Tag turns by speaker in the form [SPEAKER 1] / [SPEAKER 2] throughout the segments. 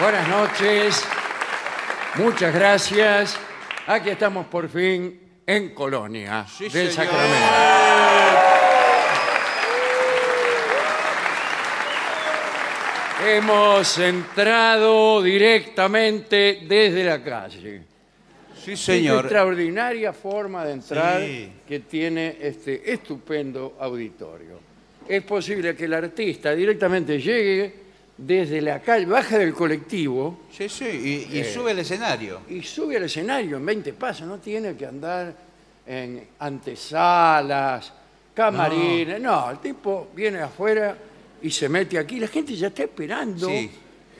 [SPEAKER 1] Buenas noches, muchas gracias. Aquí estamos por fin en Colonia del
[SPEAKER 2] señor.
[SPEAKER 1] Sacramento. Hemos entrado directamente desde la calle.
[SPEAKER 2] Sí,
[SPEAKER 1] Qué
[SPEAKER 2] señor.
[SPEAKER 1] extraordinaria forma de entrar
[SPEAKER 2] Sí.
[SPEAKER 1] que tiene este estupendo auditorio. Es posible que el artista directamente llegue desde la calle, baje del colectivo,
[SPEAKER 2] Sí, sí, y, y sube el escenario.
[SPEAKER 1] y sube al escenario en 20 pasos, no tiene que andar en antesalas, camarines, no. el tipo viene afuera y se mete aquí, la gente ya está esperando,
[SPEAKER 2] Sí.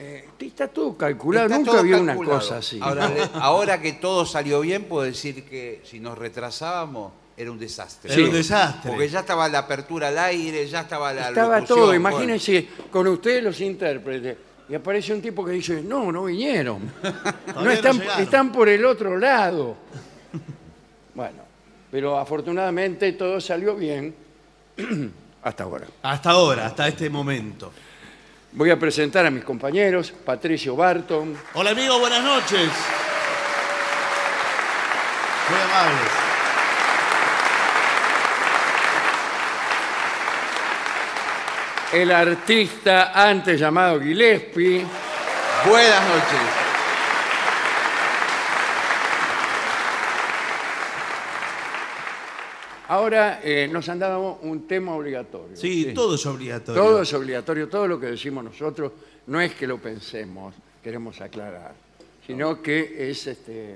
[SPEAKER 1] Eh, está todo calculado,
[SPEAKER 2] Está
[SPEAKER 1] nunca
[SPEAKER 2] todo
[SPEAKER 1] había una
[SPEAKER 2] calculado.
[SPEAKER 1] cosa así.
[SPEAKER 2] Ahora, le- ahora que todo salió bien, puedo decir que si nos retrasábamos, era un desastre.
[SPEAKER 1] Sí.
[SPEAKER 3] Era un desastre.
[SPEAKER 2] Porque ya estaba la apertura al aire, ya estaba la
[SPEAKER 1] Estaba
[SPEAKER 2] locución,
[SPEAKER 1] todo,
[SPEAKER 2] bueno.
[SPEAKER 1] imagínense, con ustedes los intérpretes. Y aparece un tipo que dice, no, no vinieron. no
[SPEAKER 3] no
[SPEAKER 1] están,
[SPEAKER 3] llegaron.
[SPEAKER 1] están por el otro lado. bueno, pero afortunadamente todo salió bien hasta ahora.
[SPEAKER 3] Hasta ahora, hasta este momento.
[SPEAKER 1] Voy a presentar a mis compañeros, Patricio Barton,
[SPEAKER 3] Hola amigos, buenas noches. Muy amables.
[SPEAKER 1] el artista antes llamado Gillespie,
[SPEAKER 2] Buenas noches.
[SPEAKER 1] ahora eh, nos han dado un tema obligatorio.
[SPEAKER 3] Sí, todo es obligatorio.
[SPEAKER 1] Todo es obligatorio, todo lo que decimos nosotros no es que lo pensemos, queremos aclarar, sino que es este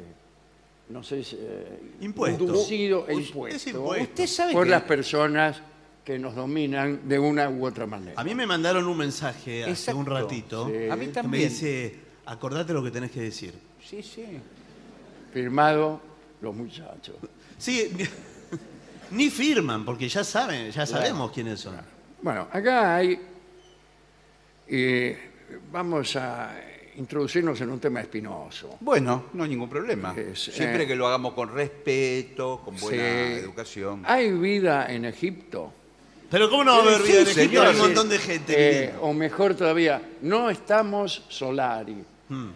[SPEAKER 1] no sé, es, eh,
[SPEAKER 3] Impuesto.
[SPEAKER 1] inducido e
[SPEAKER 3] Es
[SPEAKER 1] impuesto,
[SPEAKER 3] impuesto.
[SPEAKER 2] Usted sabe
[SPEAKER 1] por
[SPEAKER 2] que-
[SPEAKER 1] las personas que nos dominan de una u otra manera.
[SPEAKER 3] A mí me mandaron un mensaje hace
[SPEAKER 2] Exacto.
[SPEAKER 3] un ratito.
[SPEAKER 1] Sí.
[SPEAKER 2] A mí
[SPEAKER 3] que me
[SPEAKER 2] también.
[SPEAKER 3] dice, acordate lo que tenés que decir.
[SPEAKER 2] Sí, sí.
[SPEAKER 1] Firmado los muchachos.
[SPEAKER 3] Sí, ni- ni firman, porque ya saben, ya sabemos quiénes son.
[SPEAKER 1] Bueno, acá hay eh, vamos a introducirnos en un tema espinoso.
[SPEAKER 2] Bueno, no hay ningún problema.
[SPEAKER 1] Es,
[SPEAKER 2] Siempre
[SPEAKER 1] eh,
[SPEAKER 2] que lo hagamos con respeto, con buena
[SPEAKER 1] Sí. Ah,
[SPEAKER 2] educación.
[SPEAKER 1] ¿Hay vida en Egipto?
[SPEAKER 3] Pero ¿cómo no va a haber
[SPEAKER 2] Sí,
[SPEAKER 3] vida en Egipto?
[SPEAKER 2] señor.
[SPEAKER 3] Hay un montón de gente.
[SPEAKER 1] Eh,
[SPEAKER 3] viviendo.
[SPEAKER 1] o mejor todavía, no estamos solari.
[SPEAKER 3] Hmm.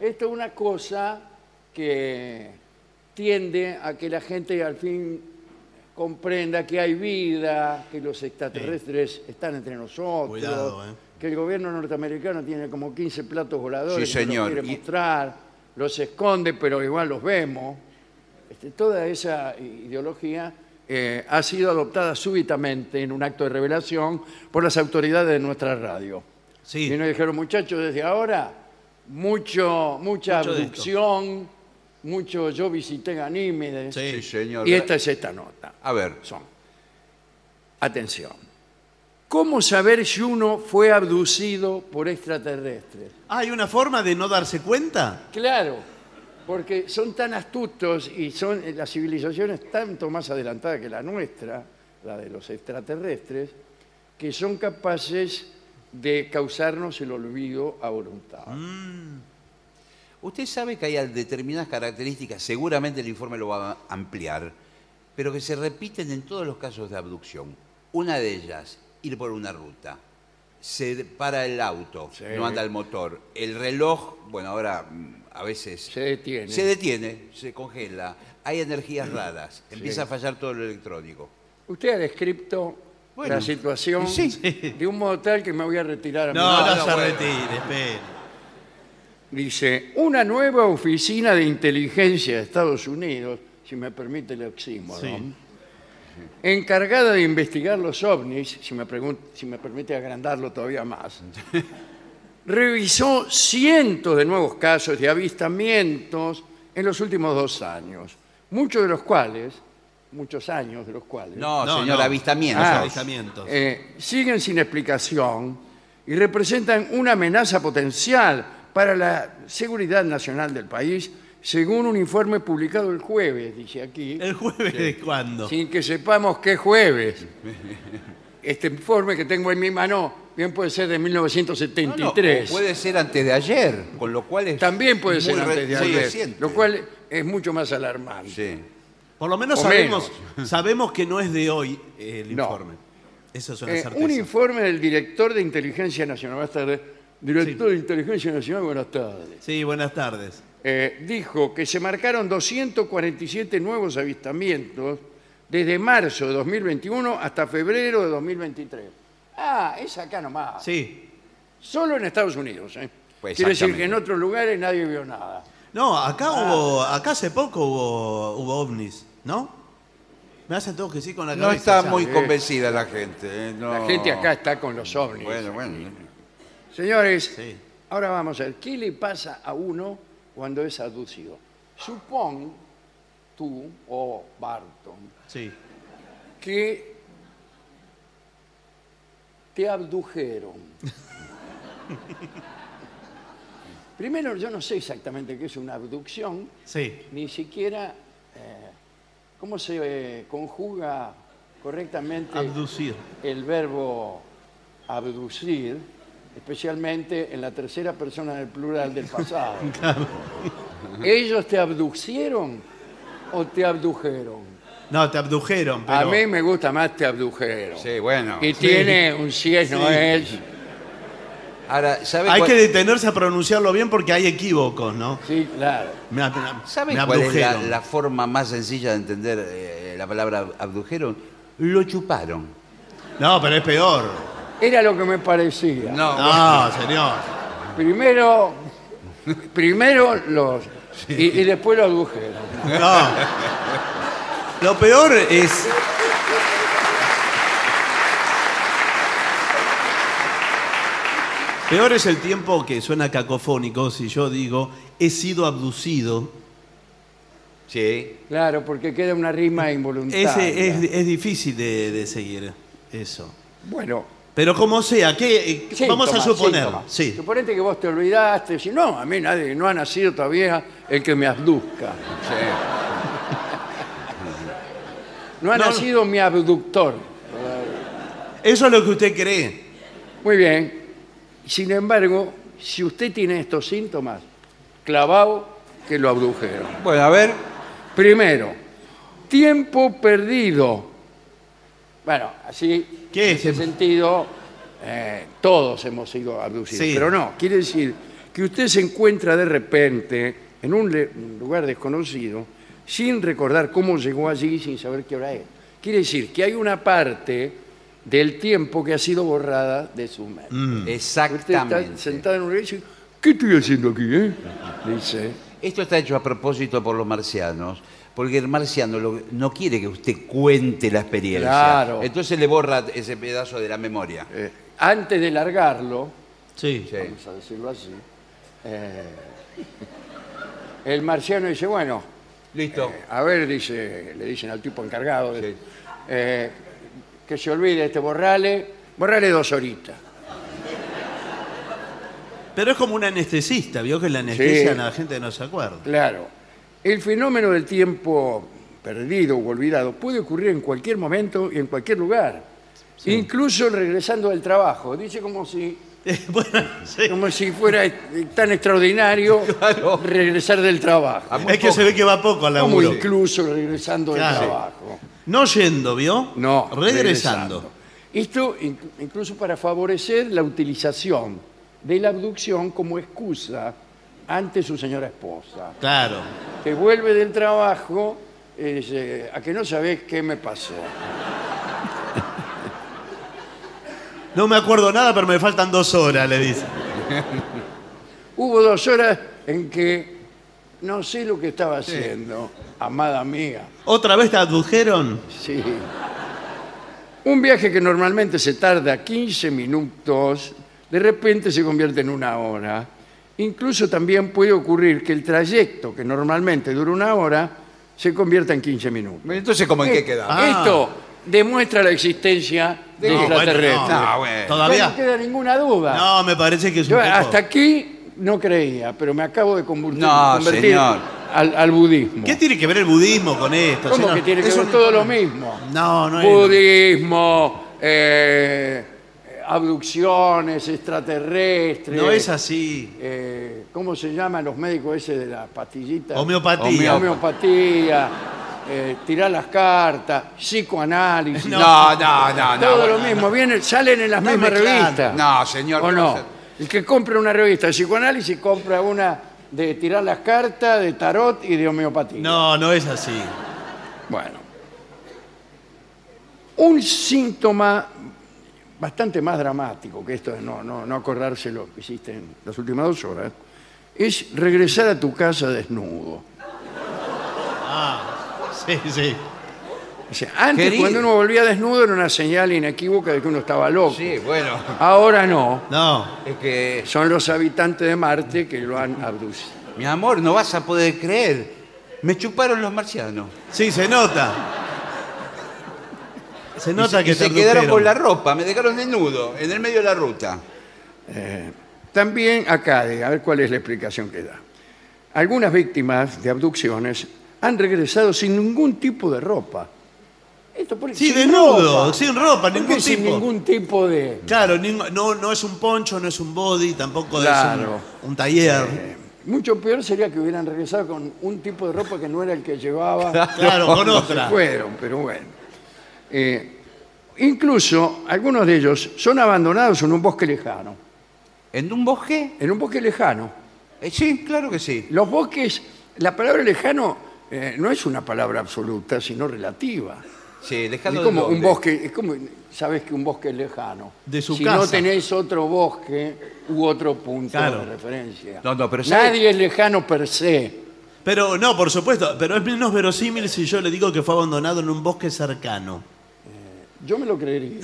[SPEAKER 1] Esto es una cosa que tiende a que la gente al fin comprenda que hay vida, que los extraterrestres están entre nosotros,
[SPEAKER 3] Cuidado, eh.
[SPEAKER 1] que el gobierno norteamericano tiene como 15 platos voladores
[SPEAKER 2] Sí,
[SPEAKER 1] que no los
[SPEAKER 2] señor.
[SPEAKER 1] quiere
[SPEAKER 2] Y-
[SPEAKER 1] mostrar, los esconde, pero igual los vemos. Este, toda esa i- ideología eh, ha sido adoptada súbitamente en un acto de revelación por las autoridades de nuestra radio.
[SPEAKER 3] Sí.
[SPEAKER 1] Y nos dijeron, muchachos, desde ahora, mucho, mucha
[SPEAKER 3] Mucho de esto.
[SPEAKER 1] abducción, mucho yo visité Ganímedes.
[SPEAKER 3] Sí.
[SPEAKER 2] Sí, señor.
[SPEAKER 1] Y esta es esta nota.
[SPEAKER 2] A ver,
[SPEAKER 1] Son. Atención. ¿Cómo saber si uno fue abducido por extraterrestres?
[SPEAKER 3] Ah, ¿Hay una forma de no darse cuenta?
[SPEAKER 1] Claro, porque son tan astutos y son eh, las civilizaciones tanto más adelantadas que la nuestra, la de los extraterrestres, que son capaces de causarnos el olvido a voluntad.
[SPEAKER 2] Usted sabe que hay determinadas características, seguramente el informe lo va a ampliar, pero que se repiten en todos los casos de abducción. Una de ellas, ir por una ruta. Se para el auto,
[SPEAKER 1] Sí.
[SPEAKER 2] no anda el motor. El reloj, bueno, ahora mm, a veces
[SPEAKER 1] Se detiene.
[SPEAKER 2] se, detiene, se congela. Hay energías raras, empieza a fallar todo lo electrónico.
[SPEAKER 1] Usted ha descrito
[SPEAKER 2] Bueno,
[SPEAKER 1] la situación
[SPEAKER 2] sí.
[SPEAKER 1] de un modo tal que me voy a retirar a mi
[SPEAKER 3] No, no,
[SPEAKER 2] no,
[SPEAKER 3] se
[SPEAKER 2] bueno.
[SPEAKER 3] retire, espera.
[SPEAKER 1] Dice, una nueva oficina de inteligencia de Estados Unidos, si me permite el oxímoron,
[SPEAKER 3] Sí.
[SPEAKER 1] encargada de investigar los ovnis, si me, pregun- si me permite agrandarlo todavía más, revisó cientos de nuevos casos de avistamientos en los últimos dos años, muchos de los cuales muchos años de los cuales.
[SPEAKER 2] No,
[SPEAKER 3] No,
[SPEAKER 2] señor,
[SPEAKER 3] no.
[SPEAKER 2] avistamientos.
[SPEAKER 1] Ah.
[SPEAKER 3] avistamientos.
[SPEAKER 1] eh, siguen sin explicación y representan una amenaza potencial para la seguridad nacional del país, según un informe publicado el jueves, dice aquí,
[SPEAKER 3] ¿El jueves de cuándo?
[SPEAKER 1] sin que sepamos qué jueves. Este informe que tengo en mi mano bien puede ser de
[SPEAKER 2] No, no,
[SPEAKER 1] 1973.
[SPEAKER 2] o puede ser antes de ayer, con lo cual es
[SPEAKER 1] También puede
[SPEAKER 2] muy
[SPEAKER 1] ser
[SPEAKER 2] re-
[SPEAKER 1] antes de
[SPEAKER 2] muy
[SPEAKER 1] ayer,
[SPEAKER 2] reciente.
[SPEAKER 1] lo cual es mucho más alarmante.
[SPEAKER 2] Sí.
[SPEAKER 3] Por lo menos
[SPEAKER 1] O
[SPEAKER 3] sabemos, sabemos que no es de hoy eh, el
[SPEAKER 1] No.
[SPEAKER 3] informe. Eso es una
[SPEAKER 1] Eh,
[SPEAKER 3] certeza.
[SPEAKER 1] un informe del director de Inteligencia Nacional. Buenas tardes. Director de Inteligencia Nacional, buenas tardes.
[SPEAKER 3] Sí, buenas tardes.
[SPEAKER 1] Eh, dijo que se marcaron 247 nuevos avistamientos desde marzo de 2021 hasta febrero de 2023. Ah, es acá nomás.
[SPEAKER 3] Sí.
[SPEAKER 1] Solo en Estados Unidos. ¿eh?
[SPEAKER 2] Pues
[SPEAKER 1] Quiere decir
[SPEAKER 2] exactamente.
[SPEAKER 1] que en otros lugares nadie vio nada.
[SPEAKER 3] No, acá
[SPEAKER 2] Ah.
[SPEAKER 3] hubo, acá hace poco hubo, hubo ovnis, ¿no? Me hacen todos que sí con la
[SPEAKER 2] No
[SPEAKER 3] cabeza.
[SPEAKER 2] está
[SPEAKER 3] ya.
[SPEAKER 2] muy convencida la gente. eh, no.
[SPEAKER 1] La gente acá está con los ovnis.
[SPEAKER 2] Bueno, bueno.
[SPEAKER 1] Señores,
[SPEAKER 3] Sí.
[SPEAKER 1] ahora vamos a ver, ¿qué le pasa a uno cuando es aducido? Supón tú o Barton
[SPEAKER 3] Sí.
[SPEAKER 1] que te abdujeron. Primero, yo no sé exactamente qué es una abducción,
[SPEAKER 3] Sí.
[SPEAKER 1] ni siquiera eh, cómo se eh, conjuga correctamente
[SPEAKER 3] Abducir.
[SPEAKER 1] el verbo abducir, especialmente en la tercera persona del plural del pasado. ¿Ellos te abducieron o te abdujeron?
[SPEAKER 3] No, te abdujeron, pero.
[SPEAKER 1] A mí me gusta más te abdujeron.
[SPEAKER 2] Sí, bueno.
[SPEAKER 1] Y tiene un 100, no
[SPEAKER 3] Sí.
[SPEAKER 1] es.
[SPEAKER 2] Ahora, ¿sabe
[SPEAKER 3] Hay
[SPEAKER 2] cuál-
[SPEAKER 3] que detenerse a pronunciarlo bien porque hay equívocos, ¿no?
[SPEAKER 1] Sí, claro.
[SPEAKER 3] Me, ab- me
[SPEAKER 2] ¿Saben cuál es la,
[SPEAKER 3] abdujeron.
[SPEAKER 2] la forma más sencilla de entender eh, la palabra abdujeron? Lo chuparon.
[SPEAKER 3] No, pero es peor.
[SPEAKER 1] Era lo que me parecía.
[SPEAKER 2] No, bueno,
[SPEAKER 3] No, señor.
[SPEAKER 1] Primero, primero los. Y, y después los agujeros.
[SPEAKER 3] No. Lo peor es. Peor es el tiempo que suena cacofónico si yo digo he sido abducido.
[SPEAKER 2] sí.
[SPEAKER 1] Claro, porque queda una rima involuntaria.
[SPEAKER 3] Ese es, es difícil de, de seguir eso.
[SPEAKER 1] Bueno.
[SPEAKER 3] Pero como sea, ¿qué, eh, vamos a
[SPEAKER 1] síntomas,
[SPEAKER 3] suponer.
[SPEAKER 1] síntomas.
[SPEAKER 3] Sí.
[SPEAKER 1] Suponete que vos te olvidaste. Si no, a mí nadie, no ha nacido todavía el que me abduzca.
[SPEAKER 2] sí.
[SPEAKER 1] No ha
[SPEAKER 3] No.
[SPEAKER 1] nacido mi abductor.
[SPEAKER 3] Eso es lo que usted cree.
[SPEAKER 1] Muy bien. Sin embargo, si usted tiene estos síntomas, clavado que lo abdujeron.
[SPEAKER 2] Bueno, a ver.
[SPEAKER 1] Primero, tiempo perdido. Bueno, así,
[SPEAKER 3] ¿Qué
[SPEAKER 1] en
[SPEAKER 3] es?
[SPEAKER 1] ese sentido, eh, todos hemos sido abducidos.
[SPEAKER 3] Sí.
[SPEAKER 1] Pero no, quiere decir que usted se encuentra de repente en un le- un lugar desconocido sin recordar cómo llegó allí, sin saber qué hora es. Quiere decir que hay una parte del tiempo que ha sido borrada de su mente.
[SPEAKER 3] Mm.
[SPEAKER 1] Usted está
[SPEAKER 2] Exactamente.
[SPEAKER 1] sentado en un lugar y dice, ¿qué estoy haciendo aquí, eh?", Dice.
[SPEAKER 2] Esto está hecho a propósito por los marcianos, porque el marciano lo- no quiere que usted cuente la experiencia.
[SPEAKER 1] Claro.
[SPEAKER 2] Entonces le borra ese pedazo de la memoria.
[SPEAKER 1] eh, antes de largarlo,
[SPEAKER 3] Sí.
[SPEAKER 2] Sí.
[SPEAKER 1] vamos a decirlo así, eh, el marciano dice, bueno,
[SPEAKER 2] Listo.
[SPEAKER 1] a ver, dice, le dicen al tipo encargado, de-
[SPEAKER 2] Sí.
[SPEAKER 1] eh, que se olvide este borrale, borrale dos horitas.
[SPEAKER 3] Pero es como un anestesista, vio que la anestesia
[SPEAKER 1] Sí.
[SPEAKER 3] la gente no se acuerda.
[SPEAKER 1] Claro, el fenómeno del tiempo perdido o olvidado puede ocurrir en cualquier momento y en cualquier lugar, incluso regresando del trabajo. Dice como si,
[SPEAKER 3] bueno, sí.
[SPEAKER 1] como si fuera eh, tan extraordinario
[SPEAKER 2] Claro.
[SPEAKER 1] regresar del trabajo.
[SPEAKER 2] Ah, muy
[SPEAKER 3] Es que se
[SPEAKER 2] poco.
[SPEAKER 3] ve que va poco al
[SPEAKER 1] Como
[SPEAKER 3] laburo.
[SPEAKER 1] incluso regresando del
[SPEAKER 3] Claro.
[SPEAKER 1] trabajo.
[SPEAKER 3] No yendo, ¿vio?
[SPEAKER 1] No.
[SPEAKER 3] Regresando.
[SPEAKER 1] Esto in- incluso para favorecer la utilización de la abducción como excusa ante su señora esposa.
[SPEAKER 3] Claro.
[SPEAKER 1] Que vuelve del trabajo eh, dice, a que no sabés qué me pasó.
[SPEAKER 3] No me acuerdo nada, pero me faltan dos horas, le dice.
[SPEAKER 1] Hubo dos horas en que no sé lo que estaba haciendo, amada mía.
[SPEAKER 3] ¿Otra vez te adujeron?
[SPEAKER 1] Sí. Un viaje que normalmente se tarda 15 minutos, de repente se convierte en una hora. Incluso también puede ocurrir que el trayecto, que normalmente dura una hora, se convierta en 15 minutos.
[SPEAKER 2] Entonces, ¿cómo en qué quedamos?
[SPEAKER 3] Ah.
[SPEAKER 1] Esto demuestra la existencia de
[SPEAKER 2] No, bueno,
[SPEAKER 1] extraterrestres.
[SPEAKER 2] no. Ah, bueno.
[SPEAKER 1] Ya no
[SPEAKER 3] Todavía.
[SPEAKER 1] queda ninguna duda.
[SPEAKER 3] No, me parece que es un
[SPEAKER 1] Yo
[SPEAKER 3] poco-
[SPEAKER 1] hasta aquí no creía, pero me acabo de convertir,
[SPEAKER 2] No,
[SPEAKER 1] convertir
[SPEAKER 2] señor.
[SPEAKER 1] Al, al budismo.
[SPEAKER 3] ¿Qué tiene que ver el budismo con esto?
[SPEAKER 1] ¿Cómo
[SPEAKER 3] señor?
[SPEAKER 1] que tiene que
[SPEAKER 3] Es
[SPEAKER 1] ver
[SPEAKER 3] un-
[SPEAKER 1] todo lo mismo?
[SPEAKER 3] No, no es.
[SPEAKER 1] budismo, eh, abducciones extraterrestres.
[SPEAKER 3] No es así.
[SPEAKER 1] eh, ¿Cómo se llaman los médicos ese de las pastillitas?
[SPEAKER 3] Homeopatía.
[SPEAKER 1] Homeopatía, eh, tirar las cartas, psicoanálisis.
[SPEAKER 2] No, no, no, no.
[SPEAKER 1] todo lo
[SPEAKER 2] bueno,
[SPEAKER 1] mismo, vienen, salen en las
[SPEAKER 3] No
[SPEAKER 1] mismas
[SPEAKER 3] mezclar.
[SPEAKER 1] revistas.
[SPEAKER 2] No, señor,
[SPEAKER 1] ¿O
[SPEAKER 2] ¿qué
[SPEAKER 1] no?
[SPEAKER 2] pasa?
[SPEAKER 1] El que compra una revista de psicoanálisis compra una de tirar las cartas, de tarot y de homeopatía.
[SPEAKER 3] No, no es así.
[SPEAKER 1] Bueno. Un síntoma bastante más dramático que esto de no, no, no acordarse lo que hiciste en las últimas dos horas es regresar a tu casa desnudo.
[SPEAKER 3] Sí, sí.
[SPEAKER 1] O sea, antes
[SPEAKER 2] Querido.
[SPEAKER 1] cuando uno volvía desnudo era una señal inequívoca de que uno estaba loco.
[SPEAKER 2] Sí, bueno.
[SPEAKER 1] Ahora no.
[SPEAKER 3] No.
[SPEAKER 2] Es que,
[SPEAKER 1] Son los habitantes de Marte que lo han abducido.
[SPEAKER 2] mi amor, no vas a poder creer. Me chuparon los marcianos.
[SPEAKER 3] Sí, se nota. Se nota
[SPEAKER 1] Ah,
[SPEAKER 2] Y se-
[SPEAKER 3] que
[SPEAKER 2] y
[SPEAKER 3] te
[SPEAKER 2] se quedaron
[SPEAKER 3] abdujeron.
[SPEAKER 2] con la ropa, me dejaron desnudo, en el medio de la ruta.
[SPEAKER 1] También acá, de- a ver cuál es la explicación que da. Algunas víctimas de abducciones han regresado sin ningún tipo de ropa. Esto por-
[SPEAKER 3] Sí,
[SPEAKER 1] sin
[SPEAKER 3] desnudo,
[SPEAKER 1] ropa.
[SPEAKER 3] sin ropa,
[SPEAKER 1] ¿Por qué
[SPEAKER 3] ningún
[SPEAKER 1] sin
[SPEAKER 3] tipo.
[SPEAKER 1] ningún tipo de...
[SPEAKER 3] Claro, ning- no, no es un poncho, no es un body, tampoco
[SPEAKER 1] Claro.
[SPEAKER 3] es un, un taller.
[SPEAKER 1] Mucho peor sería que hubieran regresado con un tipo de ropa que no era el que llevaba.
[SPEAKER 3] Claro, con
[SPEAKER 1] Se
[SPEAKER 3] otra.
[SPEAKER 1] fueron, pero bueno. Eh, incluso algunos de ellos son abandonados en un bosque lejano.
[SPEAKER 2] ¿En un bosque?
[SPEAKER 1] En un bosque lejano.
[SPEAKER 2] Eh, sí, claro que sí.
[SPEAKER 1] Los bosques, la palabra lejano eh, no es una palabra absoluta, sino relativa.
[SPEAKER 2] Sí,
[SPEAKER 1] Es
[SPEAKER 2] dejando de
[SPEAKER 1] como un
[SPEAKER 2] dónde.
[SPEAKER 1] bosque, es como, sabes que un bosque es lejano.
[SPEAKER 3] De su
[SPEAKER 1] si
[SPEAKER 3] casa.
[SPEAKER 1] no tenés otro bosque u otro punto
[SPEAKER 3] Claro.
[SPEAKER 1] de referencia.
[SPEAKER 2] No, no, pero ¿sabe?
[SPEAKER 1] Nadie es lejano per se.
[SPEAKER 3] Pero no, por supuesto, pero es menos verosímil si yo le digo que fue abandonado en un bosque cercano.
[SPEAKER 1] Yo me lo creería.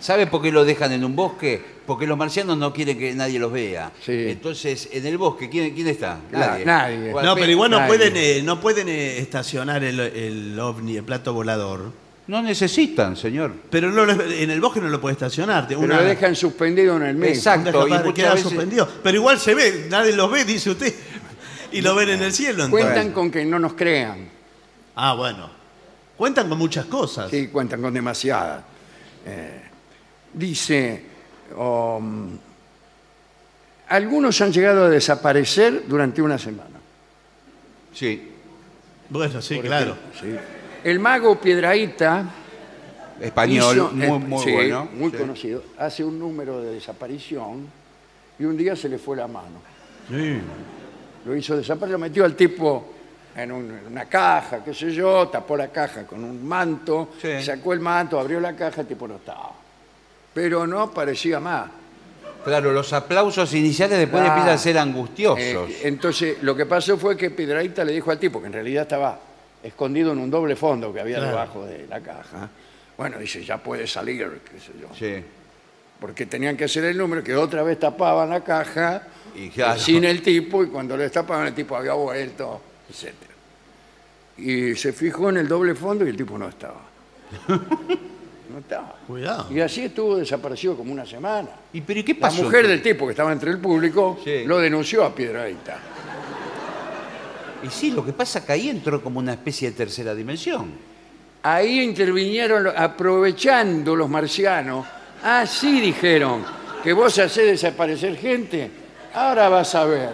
[SPEAKER 2] ¿Sabe por qué lo dejan en un bosque? Porque los marcianos no quieren que nadie los vea.
[SPEAKER 1] Sí.
[SPEAKER 2] Entonces, en el bosque, ¿quién, quién está?
[SPEAKER 1] Na- nadie.
[SPEAKER 2] Guarda,
[SPEAKER 3] No, pero igual no
[SPEAKER 1] Nadie.
[SPEAKER 3] pueden, eh, no pueden eh, estacionar el, el ovni, el plato volador.
[SPEAKER 2] No necesitan, señor.
[SPEAKER 3] Pero no lo- en el bosque no lo puede estacionar. te-
[SPEAKER 1] Pero
[SPEAKER 3] una-
[SPEAKER 1] lo dejan suspendido en el medio.
[SPEAKER 2] Exacto.
[SPEAKER 3] una escapada
[SPEAKER 2] y muchas
[SPEAKER 3] queda
[SPEAKER 2] veces-
[SPEAKER 3] suspendido. Pero igual se ve, nadie los ve, dice usted. Y lo ven en el cielo. entonces.
[SPEAKER 1] Cuentan con que no nos crean.
[SPEAKER 3] Ah, bueno. Cuentan con muchas cosas.
[SPEAKER 1] Sí, cuentan con demasiadas. Eh, dice, um, algunos han llegado a desaparecer durante una semana.
[SPEAKER 2] Sí,
[SPEAKER 3] Bueno, sí, claro.
[SPEAKER 1] Sí. El mago Piedraíta
[SPEAKER 2] español,
[SPEAKER 1] hizo-
[SPEAKER 2] muy, muy
[SPEAKER 1] eh, sí,
[SPEAKER 2] bueno.
[SPEAKER 1] Muy
[SPEAKER 2] Sí.
[SPEAKER 1] conocido. Hace un número de desaparición y un día se le fue la mano.
[SPEAKER 3] Sí.
[SPEAKER 1] Lo hizo desaparecer, lo metió al tipo en, un- en una caja, qué sé yo, tapó la caja con un manto,
[SPEAKER 2] Sí.
[SPEAKER 1] sacó el manto, abrió la caja, el tipo no estaba. Pero no aparecía más.
[SPEAKER 2] Claro, los aplausos iniciales después
[SPEAKER 1] Ah.
[SPEAKER 2] empiezan a ser angustiosos.
[SPEAKER 1] Eh, entonces, lo que pasó fue que Piedraíta le dijo al tipo, que en realidad estaba escondido en un doble fondo que había
[SPEAKER 3] Claro.
[SPEAKER 1] debajo de la caja. Bueno, dice, ya puede salir, qué sé yo.
[SPEAKER 2] sí.
[SPEAKER 1] Porque tenían que hacer el número, que otra vez tapaban la caja
[SPEAKER 2] Y claro.
[SPEAKER 1] sin el tipo, y cuando lo destapaban el tipo había vuelto, etc. Y se fijó en el doble fondo y el tipo no estaba. No estaba.
[SPEAKER 3] Cuidado.
[SPEAKER 1] Y así estuvo desaparecido como una semana.
[SPEAKER 2] ¿Y pero ¿y qué
[SPEAKER 1] La
[SPEAKER 2] pasó?
[SPEAKER 1] mujer del tipo que estaba entre el público
[SPEAKER 2] Sí.
[SPEAKER 1] lo denunció a Piedraíta.
[SPEAKER 2] Y sí, lo que pasa es que ahí entró como una especie de tercera dimensión.
[SPEAKER 1] Ahí intervinieron, lo- aprovechando los marcianos. Así dijeron, que vos hacés desaparecer gente, ahora vas a ver.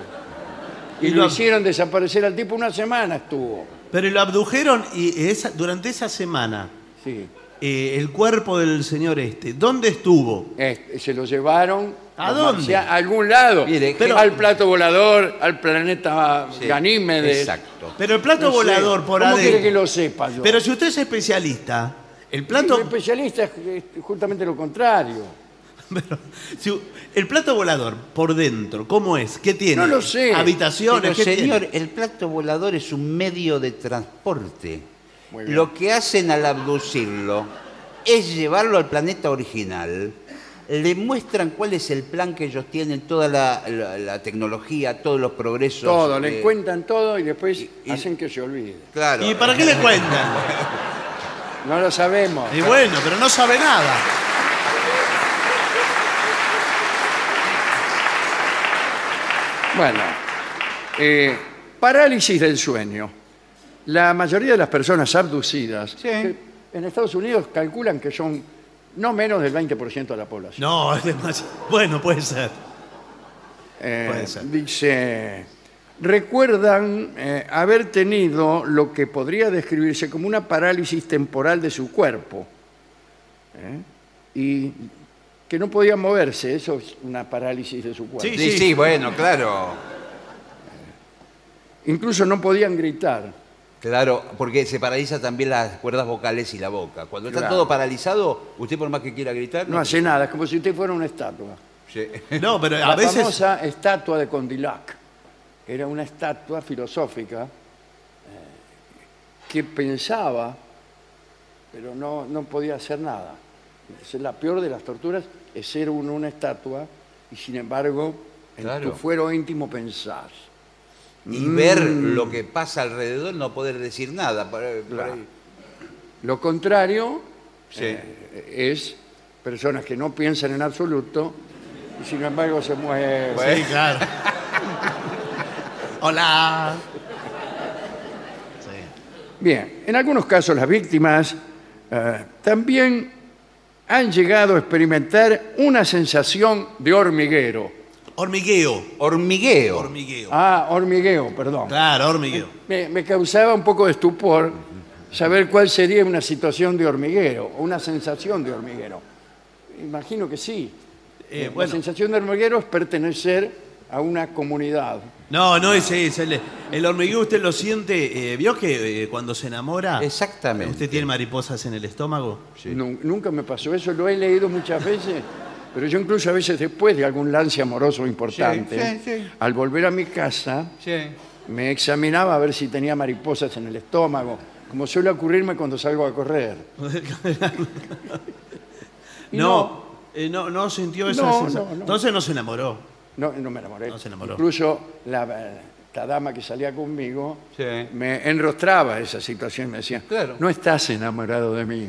[SPEAKER 1] Y,
[SPEAKER 3] Y
[SPEAKER 1] lo
[SPEAKER 3] lo-
[SPEAKER 1] hicieron desaparecer al tipo, una semana estuvo.
[SPEAKER 3] Pero lo abdujeron y esa- durante esa semana,
[SPEAKER 1] Sí.
[SPEAKER 3] eh, el cuerpo del señor este, ¿dónde estuvo?
[SPEAKER 1] Este, se lo llevaron
[SPEAKER 3] ¿A
[SPEAKER 1] los
[SPEAKER 3] dónde?
[SPEAKER 1] marcianos, a algún lado.
[SPEAKER 2] Mire, pero-
[SPEAKER 1] al plato volador, al planeta
[SPEAKER 2] Sí,
[SPEAKER 1] Ganímedes.
[SPEAKER 2] Exacto.
[SPEAKER 3] Pero el plato
[SPEAKER 1] No sé.
[SPEAKER 3] volador por
[SPEAKER 1] ¿Cómo
[SPEAKER 3] adentro.
[SPEAKER 1] quiere que lo sepa yo?
[SPEAKER 3] Pero si usted es especialista, el plato,
[SPEAKER 1] El especialista es eh, justamente lo contrario.
[SPEAKER 3] pero, si- el plato volador por dentro, ¿cómo es? ¿Qué tiene?
[SPEAKER 1] No lo sé.
[SPEAKER 3] Habitaciones,
[SPEAKER 2] Pero,
[SPEAKER 3] ¿qué
[SPEAKER 2] señor,
[SPEAKER 3] tiene?
[SPEAKER 2] el plato volador es un medio de transporte.
[SPEAKER 1] Muy bien.
[SPEAKER 2] Lo que hacen al abducirlo es llevarlo al planeta original le muestran cuál es el plan que ellos tienen, toda la, la- la tecnología, todos los progresos.
[SPEAKER 1] Todo,
[SPEAKER 2] eh,
[SPEAKER 1] le cuentan todo y después
[SPEAKER 2] y-
[SPEAKER 1] hacen que se olvide.
[SPEAKER 2] Claro.
[SPEAKER 3] ¿Y para qué
[SPEAKER 1] eh,
[SPEAKER 3] le cuentan?
[SPEAKER 1] No lo sabemos.
[SPEAKER 3] Y bueno, pero no sabe nada.
[SPEAKER 1] Bueno, eh, parálisis del sueño. La mayoría de las personas abducidas que en Estados Unidos calculan que son no menos del 20% de la población.
[SPEAKER 3] No, es demasiado. Bueno, puede ser.
[SPEAKER 1] Eh,
[SPEAKER 3] Puede ser.
[SPEAKER 1] Dice, recuerdan eh, haber tenido lo que podría describirse como una parálisis temporal de su cuerpo. ¿eh? Y que no podían moverse, eso es una parálisis de su cuerpo.
[SPEAKER 3] Sí,
[SPEAKER 2] Sí, sí, bueno, claro.
[SPEAKER 1] Incluso no podían gritar.
[SPEAKER 2] Claro, porque se paraliza también las cuerdas vocales y la boca. Cuando está
[SPEAKER 1] Claro.
[SPEAKER 2] todo paralizado, usted por más que quiera gritar, eh,
[SPEAKER 1] No hace nada, es como si usted fuera una estatua.
[SPEAKER 2] Sí.
[SPEAKER 3] No, pero
[SPEAKER 1] La
[SPEAKER 3] a veces.
[SPEAKER 1] famosa estatua de Condillac, que era una estatua filosófica eh, que pensaba, pero no, no podía hacer nada. Entonces, la peor de las torturas es ser uno una estatua y sin embargo en
[SPEAKER 2] Claro.
[SPEAKER 1] tu fuero íntimo pensás.
[SPEAKER 2] Y ver lo que pasa alrededor, no poder decir nada. por- por
[SPEAKER 1] Claro.
[SPEAKER 2] ahí.
[SPEAKER 1] Lo contrario
[SPEAKER 2] Sí.
[SPEAKER 1] eh, es personas que no piensan en absoluto y sin embargo se mueven.
[SPEAKER 2] Bueno.
[SPEAKER 3] Sí, claro. Hola. Sí.
[SPEAKER 1] Bien, en algunos casos las víctimas eh, también han llegado a experimentar una sensación de hormiguero.
[SPEAKER 3] Hormigueo.
[SPEAKER 2] Hormigueo.
[SPEAKER 3] Hormigueo.
[SPEAKER 1] Ah, hormigueo, perdón.
[SPEAKER 3] Claro, hormigueo.
[SPEAKER 1] Me, me causaba un poco de estupor saber cuál sería una situación de hormiguero o una sensación de hormiguero. Imagino que sí.
[SPEAKER 3] Eh,
[SPEAKER 1] la
[SPEAKER 3] bueno.
[SPEAKER 1] sensación de hormiguero es pertenecer a una comunidad.
[SPEAKER 3] No, no, ese es el, el hormigueo. Usted lo siente. eh, ¿Vio que eh, cuando se enamora.
[SPEAKER 2] Exactamente.
[SPEAKER 3] ¿Usted tiene mariposas en el estómago?
[SPEAKER 2] Sí.
[SPEAKER 1] Nu- nunca me pasó eso, lo he leído muchas veces, pero yo incluso a veces después de algún lance amoroso importante,
[SPEAKER 2] Sí, sí, sí.
[SPEAKER 1] al volver a mi casa,
[SPEAKER 2] Sí.
[SPEAKER 1] me examinaba a ver si tenía mariposas en el estómago, como suele ocurrirme cuando salgo a correr. Y
[SPEAKER 3] No. eh, no, no sintió esa
[SPEAKER 1] No,
[SPEAKER 3] sensación.
[SPEAKER 1] no, no.
[SPEAKER 3] Entonces no se enamoró.
[SPEAKER 1] No, no me enamoré.
[SPEAKER 3] No se enamoró.
[SPEAKER 1] Incluso la, la dama que salía conmigo
[SPEAKER 2] Sí.
[SPEAKER 1] me enrostraba esa situación. Me decía,
[SPEAKER 2] Claro.
[SPEAKER 1] no estás enamorado de mí.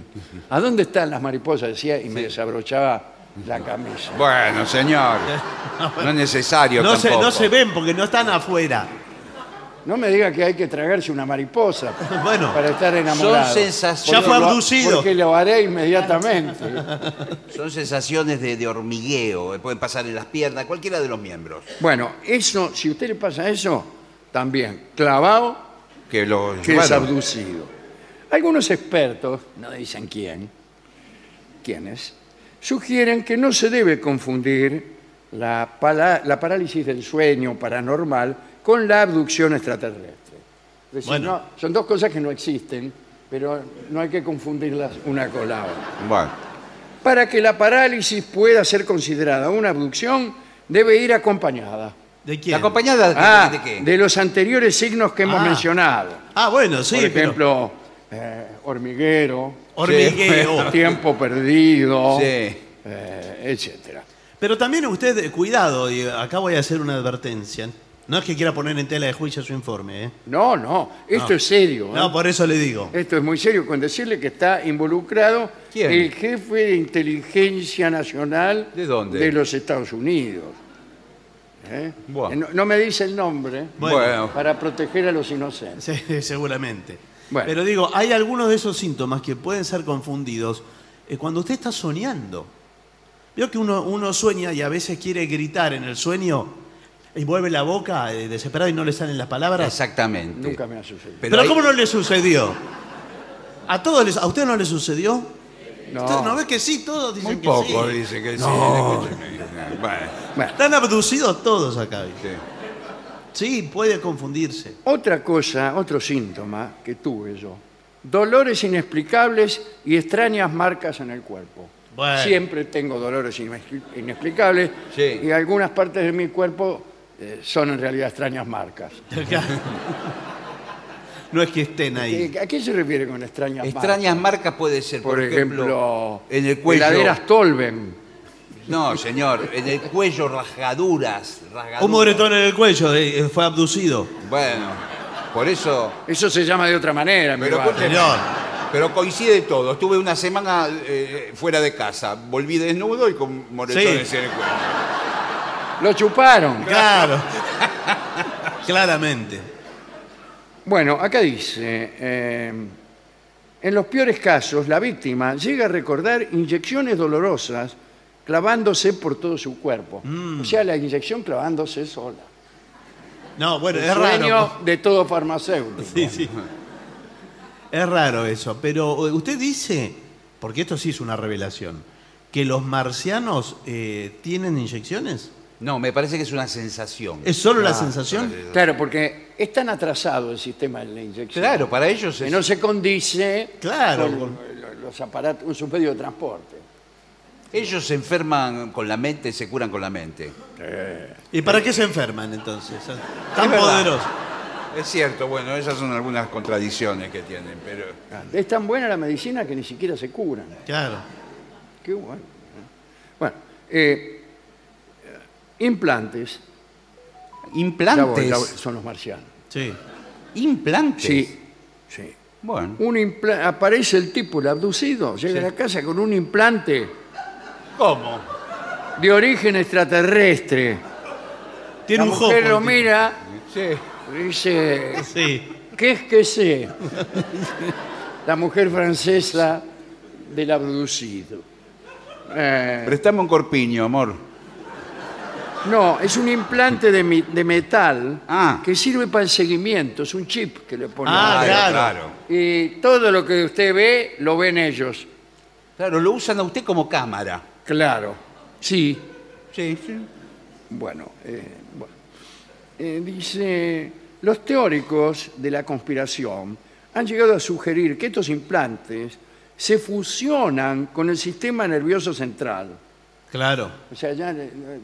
[SPEAKER 1] ¿A dónde están las mariposas? Decía, y me desabrochaba la camisa.
[SPEAKER 2] Bueno, señor. No es necesario
[SPEAKER 3] No se,
[SPEAKER 2] tampoco.
[SPEAKER 3] no se ven porque no están afuera.
[SPEAKER 1] No me diga que hay que tragarse una mariposa
[SPEAKER 3] Bueno.
[SPEAKER 1] para estar enamorado.
[SPEAKER 2] Son sensaciones.
[SPEAKER 3] Ya fue
[SPEAKER 1] Lo-
[SPEAKER 3] abducido.
[SPEAKER 1] Porque lo haré inmediatamente.
[SPEAKER 2] Son sensaciones de, de hormigueo, eh, pueden pasar en las piernas, cualquiera de los miembros.
[SPEAKER 1] Bueno, eso, si a usted le pasa eso, también clavado
[SPEAKER 2] Que lo
[SPEAKER 1] que es
[SPEAKER 2] bueno,
[SPEAKER 1] abducido. Algunos expertos, no dicen quién, quiénes, sugieren que no se debe confundir la, pala- la parálisis del sueño paranormal con la abducción extraterrestre. Es decir,
[SPEAKER 3] Bueno.
[SPEAKER 1] no, son dos cosas que no existen, pero no hay que confundirlas una con la otra.
[SPEAKER 2] bueno.
[SPEAKER 1] Para que la parálisis pueda ser considerada una abducción, debe ir acompañada
[SPEAKER 3] ¿De quién?
[SPEAKER 2] ¿La acompañada de,
[SPEAKER 1] ah,
[SPEAKER 2] de qué?
[SPEAKER 1] de los anteriores signos que hemos
[SPEAKER 3] Ah.
[SPEAKER 1] mencionado.
[SPEAKER 3] Ah, bueno, sí.
[SPEAKER 1] Por
[SPEAKER 3] pero-
[SPEAKER 1] ejemplo, eh, hormiguero,
[SPEAKER 3] Hormigueo.
[SPEAKER 1] tiempo perdido,
[SPEAKER 2] Sí.
[SPEAKER 1] eh, etcétera.
[SPEAKER 3] Pero también usted, eh, cuidado, y acá voy a hacer una advertencia. No es que quiera poner en tela de juicio su informe, ¿eh?
[SPEAKER 1] No, no, esto
[SPEAKER 3] No.
[SPEAKER 1] es serio. ¿eh?
[SPEAKER 3] No, por eso le digo.
[SPEAKER 1] Esto es muy serio con decirle que está involucrado
[SPEAKER 2] ¿Quién?
[SPEAKER 1] el jefe de inteligencia nacional
[SPEAKER 2] ¿De dónde?
[SPEAKER 1] de los Estados Unidos. ¿Eh?
[SPEAKER 2] Buah.
[SPEAKER 1] No, no me dice el nombre
[SPEAKER 3] Bueno.
[SPEAKER 2] Bueno.
[SPEAKER 1] para proteger a los inocentes.
[SPEAKER 3] Sí, seguramente.
[SPEAKER 1] Bueno.
[SPEAKER 3] Pero digo, hay algunos de esos síntomas que pueden ser confundidos eh, cuando usted está soñando. Veo que uno, uno sueña y a veces quiere gritar en el sueño y vuelve la boca eh, desesperado y no le salen las palabras.
[SPEAKER 2] Exactamente.
[SPEAKER 1] Nunca me ha sucedido.
[SPEAKER 3] Pero,
[SPEAKER 2] hay-
[SPEAKER 3] ¿cómo no le sucedió? ¿A todos les, a usted no le sucedió?
[SPEAKER 1] No.
[SPEAKER 3] ¿Usted no ve que sí? Todos dicen
[SPEAKER 2] Muy
[SPEAKER 3] que
[SPEAKER 2] poco
[SPEAKER 3] sí.
[SPEAKER 2] dice que sí. escúcheme. Bueno,
[SPEAKER 1] Bueno,
[SPEAKER 3] Están abducidos todos acá. ¿viste?
[SPEAKER 2] sí.
[SPEAKER 3] Sí, puede confundirse.
[SPEAKER 1] Otra cosa, otro síntoma que tuve yo, dolores inexplicables y extrañas marcas en el cuerpo.
[SPEAKER 3] Bueno.
[SPEAKER 1] Siempre tengo dolores inexpli- inexplicables
[SPEAKER 2] Sí.
[SPEAKER 1] y algunas partes de mi cuerpo eh, son en realidad extrañas marcas.
[SPEAKER 3] No es que estén ahí.
[SPEAKER 1] ¿Qué- ¿A qué se refiere con extrañas marcas?
[SPEAKER 2] Extrañas marcas puede ser,
[SPEAKER 1] Por, ejemplo,
[SPEAKER 2] en el cuello.
[SPEAKER 1] heladeras Tolben.
[SPEAKER 2] No, señor, en el cuello rasgaduras. rasgaduras.
[SPEAKER 3] Un moretón en el cuello, de- eh, fue abducido.
[SPEAKER 2] Bueno, por eso.
[SPEAKER 1] Eso se llama de otra manera, en mi
[SPEAKER 2] Pero,
[SPEAKER 1] barrio.
[SPEAKER 2] escúcheme,
[SPEAKER 3] Señor.
[SPEAKER 2] pero coincide todo. Estuve una semana eh, fuera de casa. Volví desnudo y con moretones
[SPEAKER 3] Sí.
[SPEAKER 2] en el cuello.
[SPEAKER 1] Lo chuparon.
[SPEAKER 3] Claro. Claramente.
[SPEAKER 1] Bueno, acá dice, eh, en los peores casos, la víctima llega a recordar inyecciones dolorosas clavándose por todo su cuerpo.
[SPEAKER 3] Mm.
[SPEAKER 1] O sea, la inyección clavándose sola.
[SPEAKER 3] No, bueno, es
[SPEAKER 1] Sueño
[SPEAKER 3] raro. pues.
[SPEAKER 1] de todo farmacéutico.
[SPEAKER 3] Sí, sí. Es raro eso, pero eh, usted dice, porque esto sí es una revelación, que los marcianos eh, tienen inyecciones.
[SPEAKER 2] No, me parece que es una sensación.
[SPEAKER 3] ¿Es solo la
[SPEAKER 2] Ah,
[SPEAKER 3] sensación?
[SPEAKER 2] claro.
[SPEAKER 1] Claro, porque es tan atrasado el sistema de la inyección
[SPEAKER 2] Claro, para ellos
[SPEAKER 1] que
[SPEAKER 2] es.
[SPEAKER 1] no se condice
[SPEAKER 3] pues, Claro. pues.
[SPEAKER 1] con eh, los aparatos, con su medio de transporte.
[SPEAKER 2] Ellos se enferman con la mente, se curan con la mente.
[SPEAKER 3] ¿Y para qué se enferman entonces? Tan
[SPEAKER 2] Es verdad.
[SPEAKER 3] poderosos.
[SPEAKER 2] Es cierto, bueno, esas son algunas contradicciones que tienen, pero.
[SPEAKER 1] Es tan buena la medicina que ni siquiera se curan.
[SPEAKER 3] Claro.
[SPEAKER 1] Qué bueno. Bueno, eh, implantes. Ya voy,
[SPEAKER 2] Implantes.
[SPEAKER 1] ya voy, son los marcianos.
[SPEAKER 3] Sí.
[SPEAKER 2] Implantes.
[SPEAKER 1] Sí. sí.
[SPEAKER 2] Bueno.
[SPEAKER 1] Un impla- aparece el tipo, el abducido, llega a la casa con un implante
[SPEAKER 2] ¿Cómo?
[SPEAKER 1] de origen extraterrestre.
[SPEAKER 3] Tiene
[SPEAKER 1] la
[SPEAKER 3] un
[SPEAKER 1] mujer
[SPEAKER 3] jopo,
[SPEAKER 1] lo
[SPEAKER 3] el
[SPEAKER 1] mira,
[SPEAKER 2] Sí.
[SPEAKER 1] dice,
[SPEAKER 3] tipo. Sí.
[SPEAKER 1] ¿qué es que sé? La mujer francesa del abducido. Eh,
[SPEAKER 2] Prestame un corpiño, amor.
[SPEAKER 1] No, es un implante de, mi- de metal
[SPEAKER 2] Ah.
[SPEAKER 1] que sirve para el seguimiento, es un chip que le ponen.
[SPEAKER 3] Ah, claro.
[SPEAKER 1] Y todo lo que usted ve, lo ven ellos.
[SPEAKER 2] Claro, lo usan a usted como cámara.
[SPEAKER 1] Claro. Sí.
[SPEAKER 2] Sí, sí.
[SPEAKER 1] Bueno, eh, bueno. Eh, dice, los teóricos de la conspiración han llegado a sugerir que estos implantes se fusionan con el sistema nervioso central.
[SPEAKER 3] Claro.
[SPEAKER 1] O sea, ya eh, eh,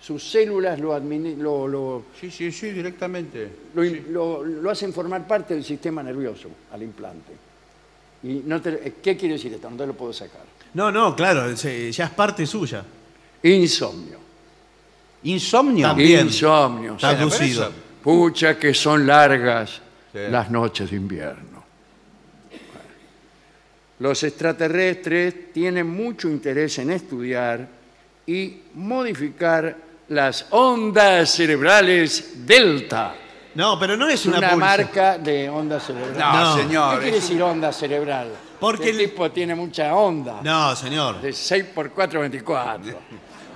[SPEAKER 1] sus células lo, admini- lo- lo-
[SPEAKER 2] Sí, sí, sí, directamente.
[SPEAKER 1] lo, im- lo- lo hacen formar parte del sistema nervioso al implante. Y no te- eh, ¿Qué quiere decir esto? No te lo puedo sacar.
[SPEAKER 3] No, no, claro, se- ya es parte suya.
[SPEAKER 1] Insomnio.
[SPEAKER 2] Insomnio.
[SPEAKER 3] También.
[SPEAKER 1] Insomnio.
[SPEAKER 3] Está
[SPEAKER 2] Bueno, pero
[SPEAKER 3] abducido.
[SPEAKER 2] eso-
[SPEAKER 1] Pucha que son largas
[SPEAKER 2] Sí.
[SPEAKER 1] las noches de invierno. Los extraterrestres tienen mucho interés en estudiar y modificar las ondas cerebrales delta.
[SPEAKER 3] No, pero no es
[SPEAKER 1] Una,
[SPEAKER 3] una, publicidad.
[SPEAKER 1] marca de onda cerebral.
[SPEAKER 2] No,
[SPEAKER 3] No.
[SPEAKER 1] ¿Qué
[SPEAKER 2] señor.
[SPEAKER 1] quiere
[SPEAKER 2] es-
[SPEAKER 1] decir onda cerebral?
[SPEAKER 3] Porque
[SPEAKER 1] el
[SPEAKER 3] el-
[SPEAKER 1] tipo tiene mucha onda.
[SPEAKER 3] No, señor.
[SPEAKER 1] De 6 por 4, 24.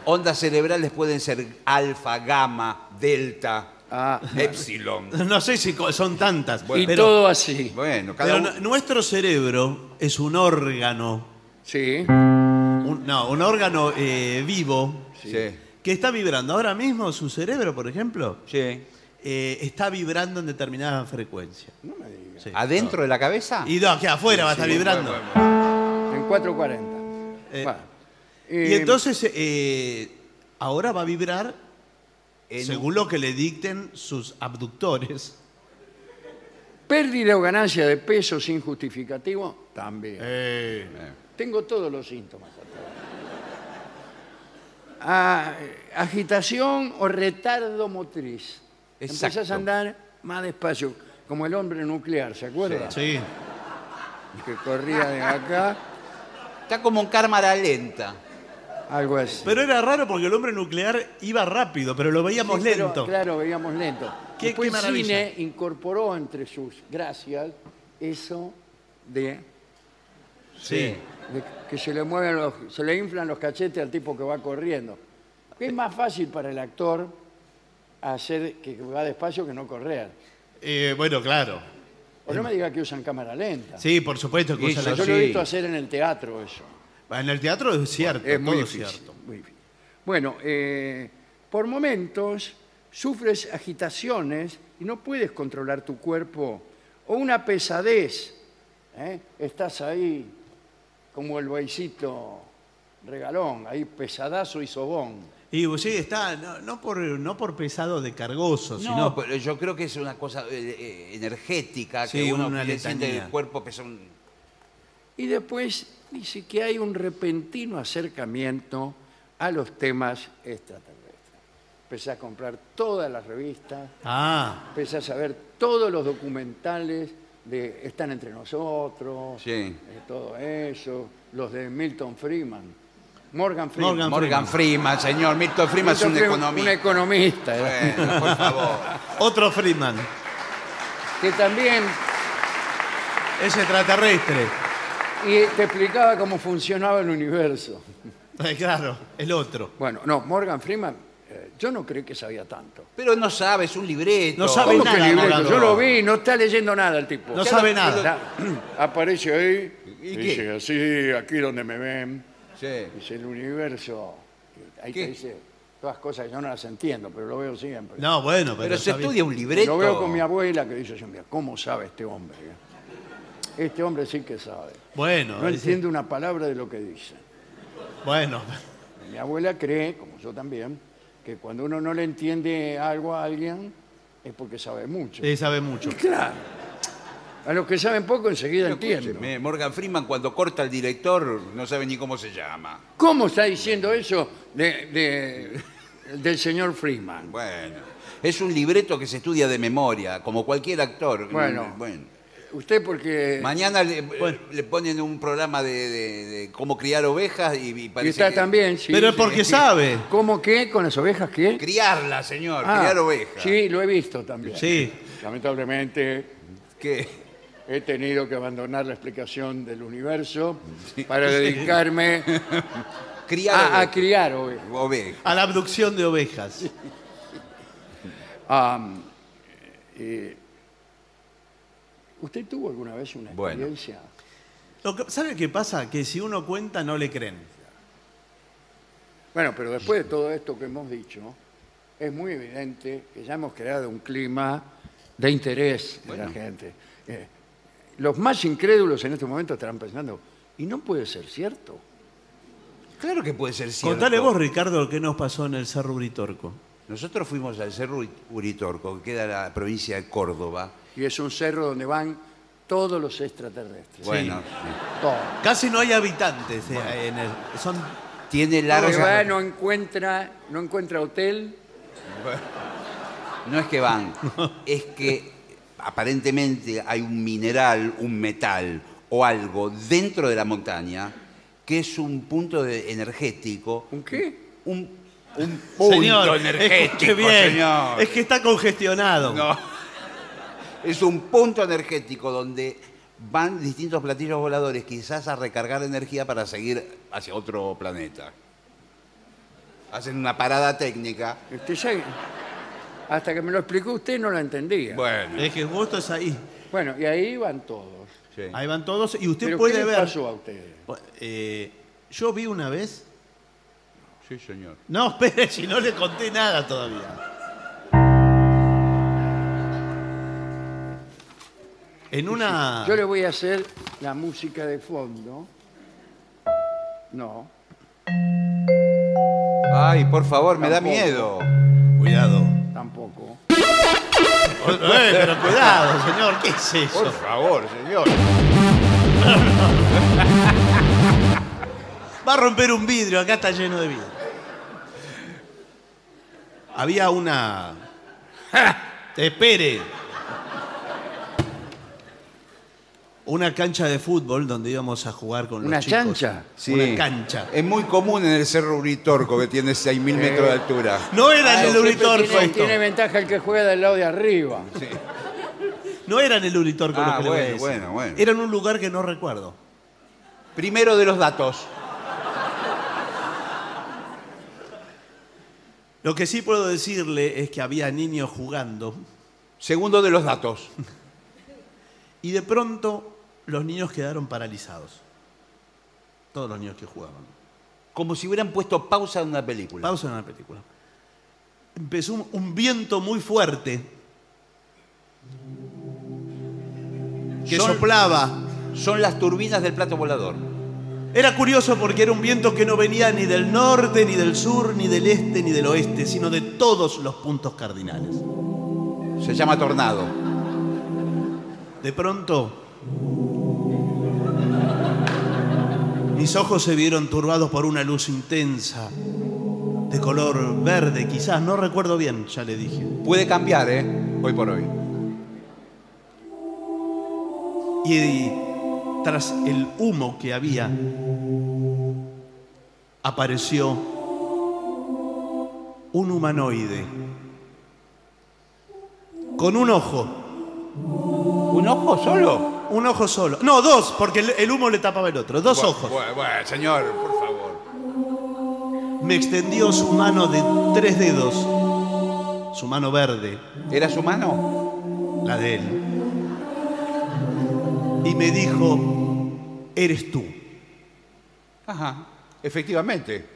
[SPEAKER 2] Ondas cerebrales pueden ser alfa, gamma, delta,
[SPEAKER 1] Ah,
[SPEAKER 2] epsilon.
[SPEAKER 3] No sé si co- son tantas.
[SPEAKER 1] y
[SPEAKER 3] pero
[SPEAKER 1] todo así.
[SPEAKER 2] Bueno, cada
[SPEAKER 3] pero
[SPEAKER 2] uno.
[SPEAKER 3] n- nuestro cerebro es un órgano,
[SPEAKER 1] Sí.
[SPEAKER 3] un- no, un órgano eh, vivo
[SPEAKER 2] Sí.
[SPEAKER 3] que está vibrando. Ahora mismo su cerebro, por ejemplo,
[SPEAKER 2] Sí.
[SPEAKER 3] eh, está vibrando en determinada frecuencia. Sí.
[SPEAKER 2] ¿Adentro de la cabeza?
[SPEAKER 3] Y no, que afuera va a estar
[SPEAKER 2] Sí,
[SPEAKER 3] vibrando.
[SPEAKER 2] bueno, bueno.
[SPEAKER 1] En 4.40.
[SPEAKER 3] Eh,
[SPEAKER 1] Bueno.
[SPEAKER 3] Y
[SPEAKER 1] Eh,
[SPEAKER 3] entonces eh, ahora va a vibrar
[SPEAKER 2] En-
[SPEAKER 3] según lo que le dicten sus abductores.
[SPEAKER 1] Pérdida o ganancia de peso sin justificativo, también. Eh, Tengo todos los síntomas. hasta ahora. Ah, agitación o retardo motriz.
[SPEAKER 2] Exacto.
[SPEAKER 1] Empezás a andar más despacio, como el hombre nuclear, ¿se acuerda?
[SPEAKER 3] Sí.
[SPEAKER 1] Que corría de acá,
[SPEAKER 2] Está como en cámara lenta.
[SPEAKER 1] algo así.
[SPEAKER 3] Pero era raro porque el hombre nuclear iba rápido, pero lo veíamos
[SPEAKER 1] Sí, pero,
[SPEAKER 3] lento.
[SPEAKER 1] claro, veíamos lento.
[SPEAKER 3] Qué-
[SPEAKER 1] Después
[SPEAKER 3] qué
[SPEAKER 1] el
[SPEAKER 3] maravilla.
[SPEAKER 1] cine incorporó entre sus gracias eso de
[SPEAKER 3] Sí.
[SPEAKER 1] de que se le mueven los, se le inflan los cachetes al tipo que va corriendo. Es más fácil para el actor hacer que va despacio que no correr.
[SPEAKER 3] Eh, bueno, claro.
[SPEAKER 1] O no me diga que usan cámara lenta.
[SPEAKER 3] Sí, por supuesto que
[SPEAKER 2] Y
[SPEAKER 3] usa
[SPEAKER 2] yo
[SPEAKER 3] la-
[SPEAKER 1] Yo lo he
[SPEAKER 2] sí.
[SPEAKER 1] visto hacer en el teatro eso.
[SPEAKER 3] En el teatro es cierto,
[SPEAKER 1] Es muy
[SPEAKER 3] todo
[SPEAKER 1] difícil.
[SPEAKER 3] cierto.
[SPEAKER 1] muy difícil. Bueno, eh, por momentos sufres agitaciones y no puedes controlar tu cuerpo o una pesadez. ¿eh? Estás ahí como el bueycito regalón, ahí pesadazo y sobón.
[SPEAKER 3] Y pues, sí, está, no, no por, no por pesado de cargoso,
[SPEAKER 2] No,
[SPEAKER 3] sino.
[SPEAKER 2] pero yo creo que es una cosa eh, eh, energética,
[SPEAKER 3] Sí,
[SPEAKER 2] que uno
[SPEAKER 3] una
[SPEAKER 2] le siente
[SPEAKER 3] letanía.
[SPEAKER 2] el cuerpo pesa un...
[SPEAKER 1] Y después dice que hay un repentino acercamiento a los temas extraterrestres. Empecé a comprar todas las revistas,
[SPEAKER 3] Ah,
[SPEAKER 1] empecé a saber todos los documentales de Están entre nosotros,
[SPEAKER 2] Sí.
[SPEAKER 1] de todo eso, los de Milton Freeman, Morgan Freeman.
[SPEAKER 3] Morgan
[SPEAKER 2] Morgan Freeman, señor. Milton Freeman es
[SPEAKER 1] Milton
[SPEAKER 2] un
[SPEAKER 1] Freeman, un
[SPEAKER 2] economista.
[SPEAKER 1] economista, ¿eh? era.
[SPEAKER 2] Bueno, por favor.
[SPEAKER 3] otro Friedman.
[SPEAKER 1] que también
[SPEAKER 3] Es extraterrestre.
[SPEAKER 1] y te explicaba cómo funcionaba el universo.
[SPEAKER 3] Eh, claro, el otro.
[SPEAKER 1] Bueno, no, Morgan Freeman, eh, yo no creí que sabía tanto.
[SPEAKER 2] Pero no sabe, es un libreto.
[SPEAKER 3] No sabe
[SPEAKER 1] ¿Cómo
[SPEAKER 3] nada,
[SPEAKER 1] que libreto?
[SPEAKER 3] Morgan
[SPEAKER 1] Yo
[SPEAKER 3] Freeman.
[SPEAKER 1] lo vi, no está leyendo nada el tipo.
[SPEAKER 3] No sabe nada.
[SPEAKER 1] Está- aparece ahí,
[SPEAKER 2] ¿Y qué?
[SPEAKER 1] dice así, aquí donde me ven,
[SPEAKER 2] Sí.
[SPEAKER 1] dice el universo. Ahí
[SPEAKER 2] ¿Qué?
[SPEAKER 1] te dice todas cosas que yo no las entiendo, pero lo veo siempre.
[SPEAKER 3] No, bueno, pero,
[SPEAKER 2] Pero se
[SPEAKER 3] está bien.
[SPEAKER 2] estudia un libreto.
[SPEAKER 1] Lo veo con mi abuela que dice, mira, ¿cómo sabe este hombre? Este hombre sí que sabe.
[SPEAKER 3] Bueno,
[SPEAKER 1] No
[SPEAKER 3] dice-
[SPEAKER 1] entiende una palabra de lo que dice.
[SPEAKER 3] bueno.
[SPEAKER 1] Mi abuela cree, como yo también, que cuando uno no le entiende algo a alguien es porque sabe mucho.
[SPEAKER 3] Sí, sabe mucho.
[SPEAKER 1] Claro. A los que saben poco enseguida entienden.
[SPEAKER 2] Escúcheme, Morgan Freeman cuando corta al director no sabe ni cómo se llama.
[SPEAKER 1] ¿Cómo está diciendo eso de- de- del señor Freeman?
[SPEAKER 2] Bueno, es un libreto que se estudia de memoria, como cualquier actor.
[SPEAKER 1] Bueno.
[SPEAKER 2] bueno.
[SPEAKER 1] Usted porque...
[SPEAKER 2] Mañana le,
[SPEAKER 3] Bueno.
[SPEAKER 2] le ponen un programa de, de- de cómo criar ovejas y, y
[SPEAKER 1] Y
[SPEAKER 2] parece
[SPEAKER 1] está
[SPEAKER 2] que-
[SPEAKER 1] también, sí.
[SPEAKER 3] pero es
[SPEAKER 1] sí.
[SPEAKER 3] porque sabe.
[SPEAKER 1] ¿Cómo qué? ¿Con las ovejas qué?
[SPEAKER 2] Criarla, señor,
[SPEAKER 1] Ah,
[SPEAKER 2] criar ovejas.
[SPEAKER 1] Sí, lo he visto también.
[SPEAKER 3] Sí.
[SPEAKER 1] Lamentablemente
[SPEAKER 2] Que-
[SPEAKER 1] he tenido que abandonar la explicación del universo para dedicarme
[SPEAKER 2] criar
[SPEAKER 1] a, a
[SPEAKER 2] ovejas.
[SPEAKER 1] criar ovejas.
[SPEAKER 2] Oveja.
[SPEAKER 3] A la abducción de ovejas.
[SPEAKER 1] Am, eh, ¿Usted tuvo alguna vez una
[SPEAKER 2] Bueno.
[SPEAKER 1] experiencia?
[SPEAKER 3] Lo que- ¿Sabe qué pasa? Que si uno cuenta, no le creen.
[SPEAKER 1] Bueno, pero después de todo esto que hemos dicho, es muy evidente que ya hemos creado un clima de interés de la gente. Eh, los más incrédulos en este momento estarán pensando, y no puede ser cierto.
[SPEAKER 2] Claro que puede ser cierto.
[SPEAKER 3] Contale vos, Ricardo, qué nos pasó en el Cerro Uritorco.
[SPEAKER 2] Nosotros fuimos al Cerro Uri- Uritorco, que queda en la provincia de Córdoba.
[SPEAKER 1] Y es un cerro donde van todos los extraterrestres.
[SPEAKER 2] Bueno,
[SPEAKER 1] Todos.
[SPEAKER 3] Casi no hay habitantes. eh, en el- son,
[SPEAKER 2] tiene
[SPEAKER 1] Porque va,
[SPEAKER 2] larga...
[SPEAKER 1] no encuentra, no encuentra hotel.
[SPEAKER 2] No es que van, es que aparentemente hay un mineral, un metal o algo dentro de la montaña que es un punto de- energético.
[SPEAKER 1] ¿Un qué?
[SPEAKER 2] Un, un punto energético,
[SPEAKER 3] escuche bien.
[SPEAKER 2] señor.
[SPEAKER 3] Es que está congestionado.
[SPEAKER 2] No. Es un punto energético donde van distintos platillos voladores quizás a recargar energía para seguir hacia otro planeta. Hacen una parada técnica.
[SPEAKER 1] Usted Este, ya- hasta que me lo explicó usted no lo entendía. Bueno,
[SPEAKER 2] Bueno.
[SPEAKER 3] Es que justo es ahí.
[SPEAKER 1] y ahí van todos.
[SPEAKER 2] sí.
[SPEAKER 3] Ahí van todos y usted
[SPEAKER 1] Pero
[SPEAKER 3] puede
[SPEAKER 1] ¿qué le
[SPEAKER 3] ver.
[SPEAKER 1] pasó a ustedes?
[SPEAKER 3] Eh, yo vi una vez.
[SPEAKER 2] Sí, señor.
[SPEAKER 3] No, espere, si no le conté nada todavía. En una.
[SPEAKER 1] Yo le voy a hacer la música de fondo. No.
[SPEAKER 2] Ay, por favor, me da
[SPEAKER 1] Tampoco.
[SPEAKER 2] miedo.
[SPEAKER 3] Cuidado.
[SPEAKER 1] Tampoco.
[SPEAKER 3] Eh, pero cuidado, señor, ¿qué es
[SPEAKER 2] Por
[SPEAKER 3] eso?
[SPEAKER 2] favor, señor.
[SPEAKER 3] Va a romper un vidrio, acá está lleno de vidrio. Había una. ¡Te espere! Una cancha de fútbol donde íbamos a jugar con los
[SPEAKER 1] ¿Una
[SPEAKER 3] chicos.
[SPEAKER 1] chancha?
[SPEAKER 3] Una cancha.
[SPEAKER 2] Es muy común en el Cerro Uritorco, que tiene 6.000 metros
[SPEAKER 3] Eh.
[SPEAKER 2] de altura.
[SPEAKER 3] No era en el
[SPEAKER 1] Ah, Siempre
[SPEAKER 3] Uritorco
[SPEAKER 1] tiene,
[SPEAKER 3] esto.
[SPEAKER 1] tiene ventaja el que juega del lado de arriba.
[SPEAKER 3] No era en el Uritorco
[SPEAKER 2] Ah,
[SPEAKER 3] lo que le voy a
[SPEAKER 2] bueno,
[SPEAKER 3] decir.
[SPEAKER 2] bueno, bueno.
[SPEAKER 3] Era en un lugar que no recuerdo.
[SPEAKER 2] Primero de los datos.
[SPEAKER 3] Lo que sí puedo decirle es que había niños jugando
[SPEAKER 2] Segundo de los datos.
[SPEAKER 3] y de pronto los niños quedaron paralizados. Todos los niños que jugaban.
[SPEAKER 2] Como si hubieran puesto pausa en una película.
[SPEAKER 3] Pausa en la película. Empezó un, un viento muy fuerte que
[SPEAKER 2] Son-
[SPEAKER 3] soplaba.
[SPEAKER 2] Son las turbinas del plato volador.
[SPEAKER 3] Era curioso porque era un viento que no venía ni del norte, ni del sur, ni del este, ni del oeste, sino de todos los puntos cardinales.
[SPEAKER 2] Se llama tornado.
[SPEAKER 3] De pronto. Mis ojos se vieron turbados por una luz intensa, de color verde quizás, no recuerdo bien, ya le dije.
[SPEAKER 2] Puede cambiar, ¿eh? Hoy por hoy.
[SPEAKER 3] Y, tras el humo que había, apareció un humanoide con un ojo,
[SPEAKER 2] ¿Un ojo solo?
[SPEAKER 3] un ojo solo. No, dos, porque el, el humo le tapaba el otro, dos
[SPEAKER 2] Bu-
[SPEAKER 3] ojos.
[SPEAKER 2] bu- Bueno, señor, por favor.
[SPEAKER 3] Me extendió su mano de tres dedos, su mano verde,
[SPEAKER 2] ¿Era su mano?
[SPEAKER 3] la de él, y me dijo, eres tú.
[SPEAKER 2] Ajá. Efectivamente.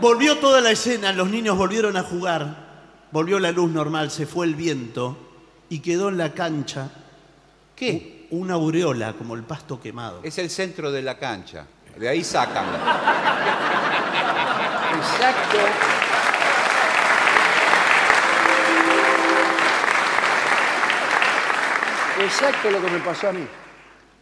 [SPEAKER 3] Volvió toda la escena, los niños volvieron a jugar, volvió la luz normal, se fue el viento y quedó en la cancha
[SPEAKER 2] ¿Qué?
[SPEAKER 3] una aureola como el pasto quemado.
[SPEAKER 2] Es el centro de la cancha. De ahí sacan.
[SPEAKER 1] Exacto. Exacto lo que me pasó a mí.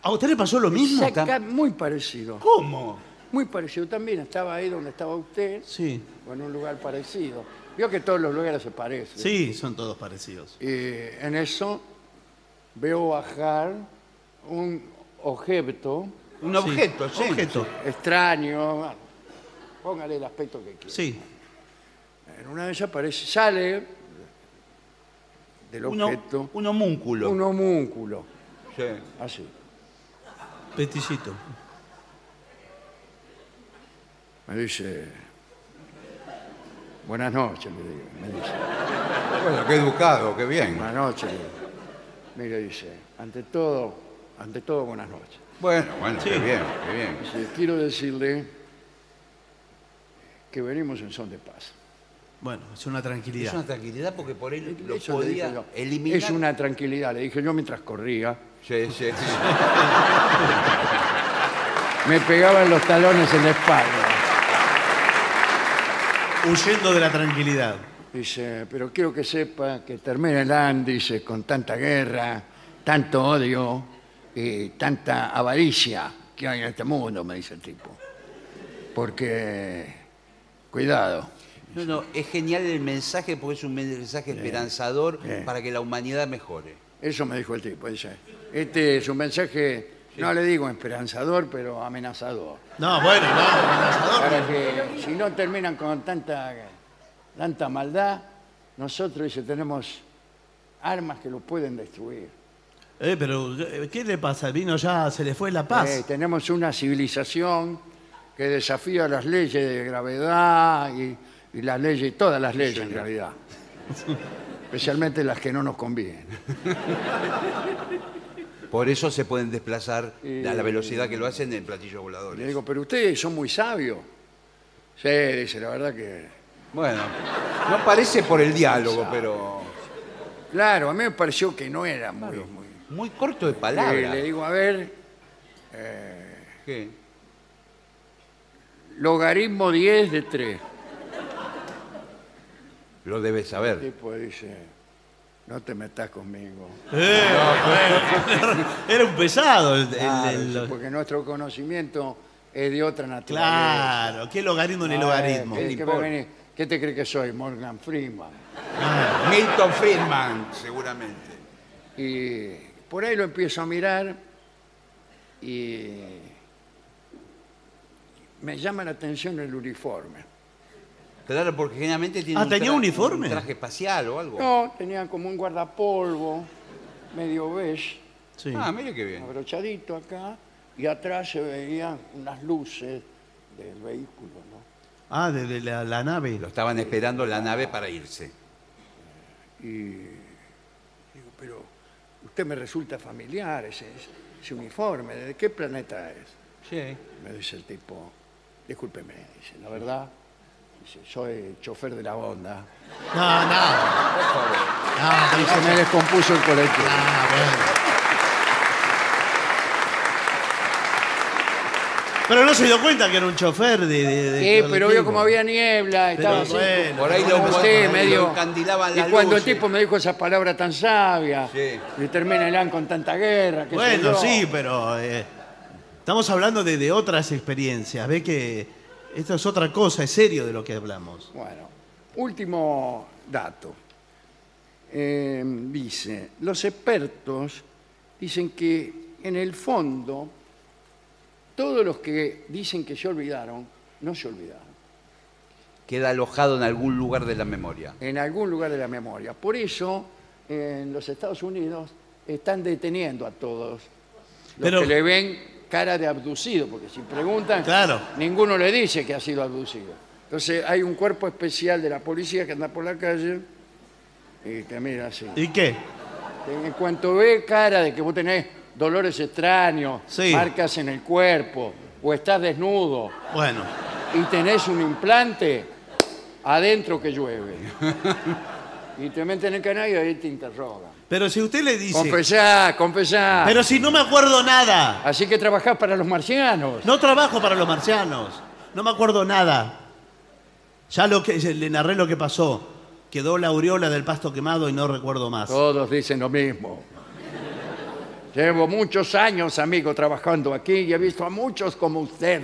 [SPEAKER 3] ¿A usted le pasó lo mismo?
[SPEAKER 1] Exacta- muy parecido.
[SPEAKER 3] ¿Cómo?
[SPEAKER 1] Muy parecido también. Estaba ahí donde estaba usted,
[SPEAKER 3] Sí,
[SPEAKER 1] o en un lugar parecido. Vio que todos los lugares se parecen.
[SPEAKER 3] sí, son todos parecidos.
[SPEAKER 1] Y Eh, en eso veo bajar un objeto
[SPEAKER 2] Un objeto, sí.
[SPEAKER 3] Objeto,
[SPEAKER 1] extraño. bueno, Póngale el aspecto que quiera.
[SPEAKER 3] sí.
[SPEAKER 1] En una de ellas aparece, sale del
[SPEAKER 2] Un, o-
[SPEAKER 1] objeto
[SPEAKER 2] un homúnculo.
[SPEAKER 1] un homúnculo.
[SPEAKER 2] Sí.
[SPEAKER 1] Así.
[SPEAKER 3] Peticito.
[SPEAKER 1] Me dice. Buenas noches, le digo. Me dice.
[SPEAKER 2] Bueno, qué educado, qué bien.
[SPEAKER 1] Buenas noches. le digo. Mira, dice, ante todo, ante todo, buenas noches.
[SPEAKER 2] Bueno, bueno, qué
[SPEAKER 3] Sí.
[SPEAKER 2] bien, qué bien.
[SPEAKER 1] Dice, quiero decirle que venimos en son de paz.
[SPEAKER 3] Bueno, es una
[SPEAKER 2] Es una
[SPEAKER 3] tranquilidad.
[SPEAKER 2] tranquilidad porque por él lo
[SPEAKER 1] Eso le dije
[SPEAKER 2] podía
[SPEAKER 1] yo.
[SPEAKER 2] eliminar.
[SPEAKER 1] Es una tranquilidad, le dije yo mientras corría.
[SPEAKER 2] Sí, sí, sí.
[SPEAKER 1] Me pegaban los talones en la espalda.
[SPEAKER 3] Huyendo de la tranquilidad.
[SPEAKER 1] Dice, pero quiero que sepa que termina el índice con tanta guerra, tanto odio y tanta avaricia que hay en este mundo, me dice el tipo. Porque, cuidado,
[SPEAKER 2] No, no, es genial el mensaje porque es un mensaje esperanzador
[SPEAKER 1] bien.
[SPEAKER 2] para que la humanidad mejore.
[SPEAKER 1] eso me dijo el tipo. Dice, este es un mensaje, no le digo esperanzador, pero amenazador.
[SPEAKER 3] No, bueno, no, amenazador.
[SPEAKER 1] Para que si no terminan con tanta, tanta maldad, nosotros dice, tenemos armas que lo pueden destruir.
[SPEAKER 3] Eh, pero, eh, ¿qué le pasa? Vino ya, se le fue la
[SPEAKER 1] Eh,
[SPEAKER 3] paz.
[SPEAKER 1] tenemos una civilización que desafía las leyes de gravedad y, y las leyes, todas las leyes en realidad. Especialmente las que no nos convienen.
[SPEAKER 2] Por eso se pueden desplazar
[SPEAKER 1] Y-
[SPEAKER 2] a la velocidad que lo hacen en platillos
[SPEAKER 1] Eh, Le
[SPEAKER 2] voladores.
[SPEAKER 1] digo, pero ustedes son muy sabios. Sí, dice, la verdad que...
[SPEAKER 2] Bueno, no parece por el diálogo, pero
[SPEAKER 1] Claro, a mí me pareció que no era muy... muy-
[SPEAKER 2] muy corto de
[SPEAKER 1] Le,
[SPEAKER 2] palabra.
[SPEAKER 1] le digo, a ver,
[SPEAKER 2] ¿Qué?
[SPEAKER 1] logaritmo 10 de 3.
[SPEAKER 2] Lo debes
[SPEAKER 1] El
[SPEAKER 2] saber.
[SPEAKER 1] tipo dice, no te metas conmigo.
[SPEAKER 3] Eh, bueno, era un pesado. el- el-
[SPEAKER 1] Claro,
[SPEAKER 3] el-
[SPEAKER 1] dice, porque nuestro conocimiento es de otra naturaleza.
[SPEAKER 3] claro, ¿qué logaritmo ni
[SPEAKER 1] Ah,
[SPEAKER 3] logaritmo?
[SPEAKER 1] ¿qué-
[SPEAKER 2] ni
[SPEAKER 1] qué,
[SPEAKER 2] por-
[SPEAKER 1] me venís? ¿Qué te crees que soy? Morgan Freeman.
[SPEAKER 3] Ah,
[SPEAKER 2] Milton Friedman, seguramente.
[SPEAKER 1] Y por ahí lo empiezo a mirar y me llama la atención el uniforme.
[SPEAKER 2] Claro, porque generalmente tiene
[SPEAKER 3] Ah,
[SPEAKER 2] un,
[SPEAKER 3] ¿tenía
[SPEAKER 2] tra-
[SPEAKER 3] uniforme?
[SPEAKER 2] un traje espacial o algo.
[SPEAKER 1] No, tenía como un guardapolvo, medio beige,
[SPEAKER 3] Sí.
[SPEAKER 2] Ah, mire qué bien.
[SPEAKER 1] abrochadito acá, y atrás se veían unas luces del vehículo, ¿no?
[SPEAKER 3] Ah, de, de la, la nave.
[SPEAKER 2] Lo estaban esperando la nave para irse.
[SPEAKER 1] Y digo, pero usted me resulta familiar ese, ese uniforme, ¿de qué planeta es?
[SPEAKER 2] Sí.
[SPEAKER 1] Me dice el tipo, discúlpeme, dice, la verdad, dice, soy chofer de la onda.
[SPEAKER 3] No, Ah, no.
[SPEAKER 2] Por favor.
[SPEAKER 3] No,
[SPEAKER 1] Y se me descompuso el colectivo.
[SPEAKER 3] Ah, bueno. Pero no se dio cuenta que era un chofer de. de- de
[SPEAKER 1] Sí, Eh, pero vio
[SPEAKER 3] colectivo.
[SPEAKER 1] como había niebla, estaba así,
[SPEAKER 3] bueno,
[SPEAKER 1] como-
[SPEAKER 2] por ahí
[SPEAKER 1] como
[SPEAKER 2] lo-
[SPEAKER 1] usted,
[SPEAKER 2] lo
[SPEAKER 1] medio.
[SPEAKER 2] encandilaban
[SPEAKER 1] y
[SPEAKER 2] las
[SPEAKER 1] cuando el
[SPEAKER 2] luces.
[SPEAKER 1] tipo me dijo esa palabra tan sabia,
[SPEAKER 2] Sí.
[SPEAKER 1] y termina el con tanta guerra, qué sé
[SPEAKER 3] Bueno,
[SPEAKER 1] yo.
[SPEAKER 3] sí, pero. eh, Estamos hablando de, de otras experiencias. Ve que esto es otra cosa, es serio de lo que hablamos.
[SPEAKER 1] Bueno, último dato. Eh, dice, los expertos dicen que en el fondo todos los que dicen que se olvidaron, no se olvidaron,
[SPEAKER 2] Queda alojado en algún lugar de la memoria.
[SPEAKER 1] en algún lugar de la memoria. Por eso en los Estados Unidos están deteniendo a todos los
[SPEAKER 3] Pero-
[SPEAKER 1] que le ven cara de abducido, porque si preguntan,
[SPEAKER 3] Claro.
[SPEAKER 1] ninguno le dice que ha sido abducido. Entonces hay un cuerpo especial de la policía que anda por la calle y te mira así.
[SPEAKER 3] ¿Y qué?
[SPEAKER 1] En cuanto ve cara de que vos tenés dolores extraños,
[SPEAKER 3] Sí.
[SPEAKER 1] marcas en el cuerpo, o estás desnudo
[SPEAKER 3] Bueno,
[SPEAKER 1] y tenés un implante, adentro que llueve. y te meten en el canal y ahí te interrogan.
[SPEAKER 3] pero si usted le dice.
[SPEAKER 1] Confesá, confesá.
[SPEAKER 3] Pero si no me acuerdo nada.
[SPEAKER 1] Así que trabajás para los marcianos.
[SPEAKER 3] No trabajo para los marcianos. No me acuerdo nada. Ya lo que le narré lo que pasó. Quedó la aureola del pasto quemado y no recuerdo más.
[SPEAKER 1] Todos dicen lo mismo. Llevo muchos años, amigo, trabajando aquí y he visto a muchos como usted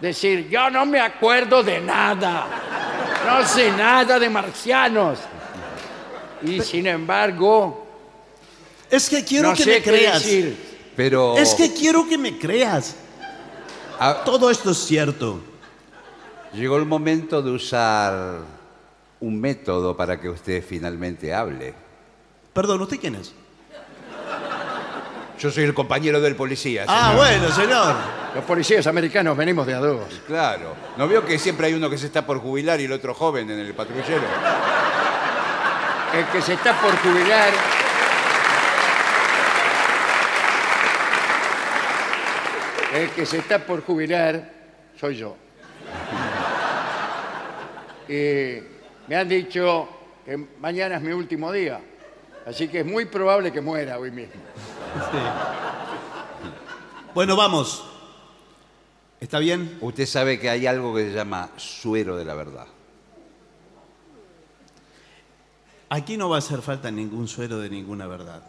[SPEAKER 1] decir, yo no me acuerdo de nada, no sé nada de marcianos. Y sin embargo,
[SPEAKER 3] Es que quiero
[SPEAKER 1] no
[SPEAKER 3] que
[SPEAKER 1] sé
[SPEAKER 3] me
[SPEAKER 1] qué
[SPEAKER 3] creas.
[SPEAKER 1] decir.
[SPEAKER 2] Pero.
[SPEAKER 3] Es que quiero que me creas.
[SPEAKER 2] Ah,
[SPEAKER 3] Todo esto es cierto.
[SPEAKER 2] llegó el momento de usar un método para que usted finalmente hable.
[SPEAKER 3] Perdón, ¿usted quién es?
[SPEAKER 2] Yo soy el compañero del policía.
[SPEAKER 3] Ah,
[SPEAKER 2] señor.
[SPEAKER 3] bueno, señor.
[SPEAKER 1] Los policías americanos venimos de a dos.
[SPEAKER 2] Claro. ¿No vio que siempre hay uno que se está por jubilar y el otro joven en el patrullero?
[SPEAKER 1] El que se está por jubilar. El que se está por jubilar soy yo. Y me han dicho que mañana es mi último día. Así que es muy probable que muera hoy mismo.
[SPEAKER 3] Bueno, vamos. ¿Está bien?
[SPEAKER 2] Usted sabe que hay algo que se llama suero de la verdad.
[SPEAKER 3] Aquí no va a hacer falta ningún suero de ninguna verdad.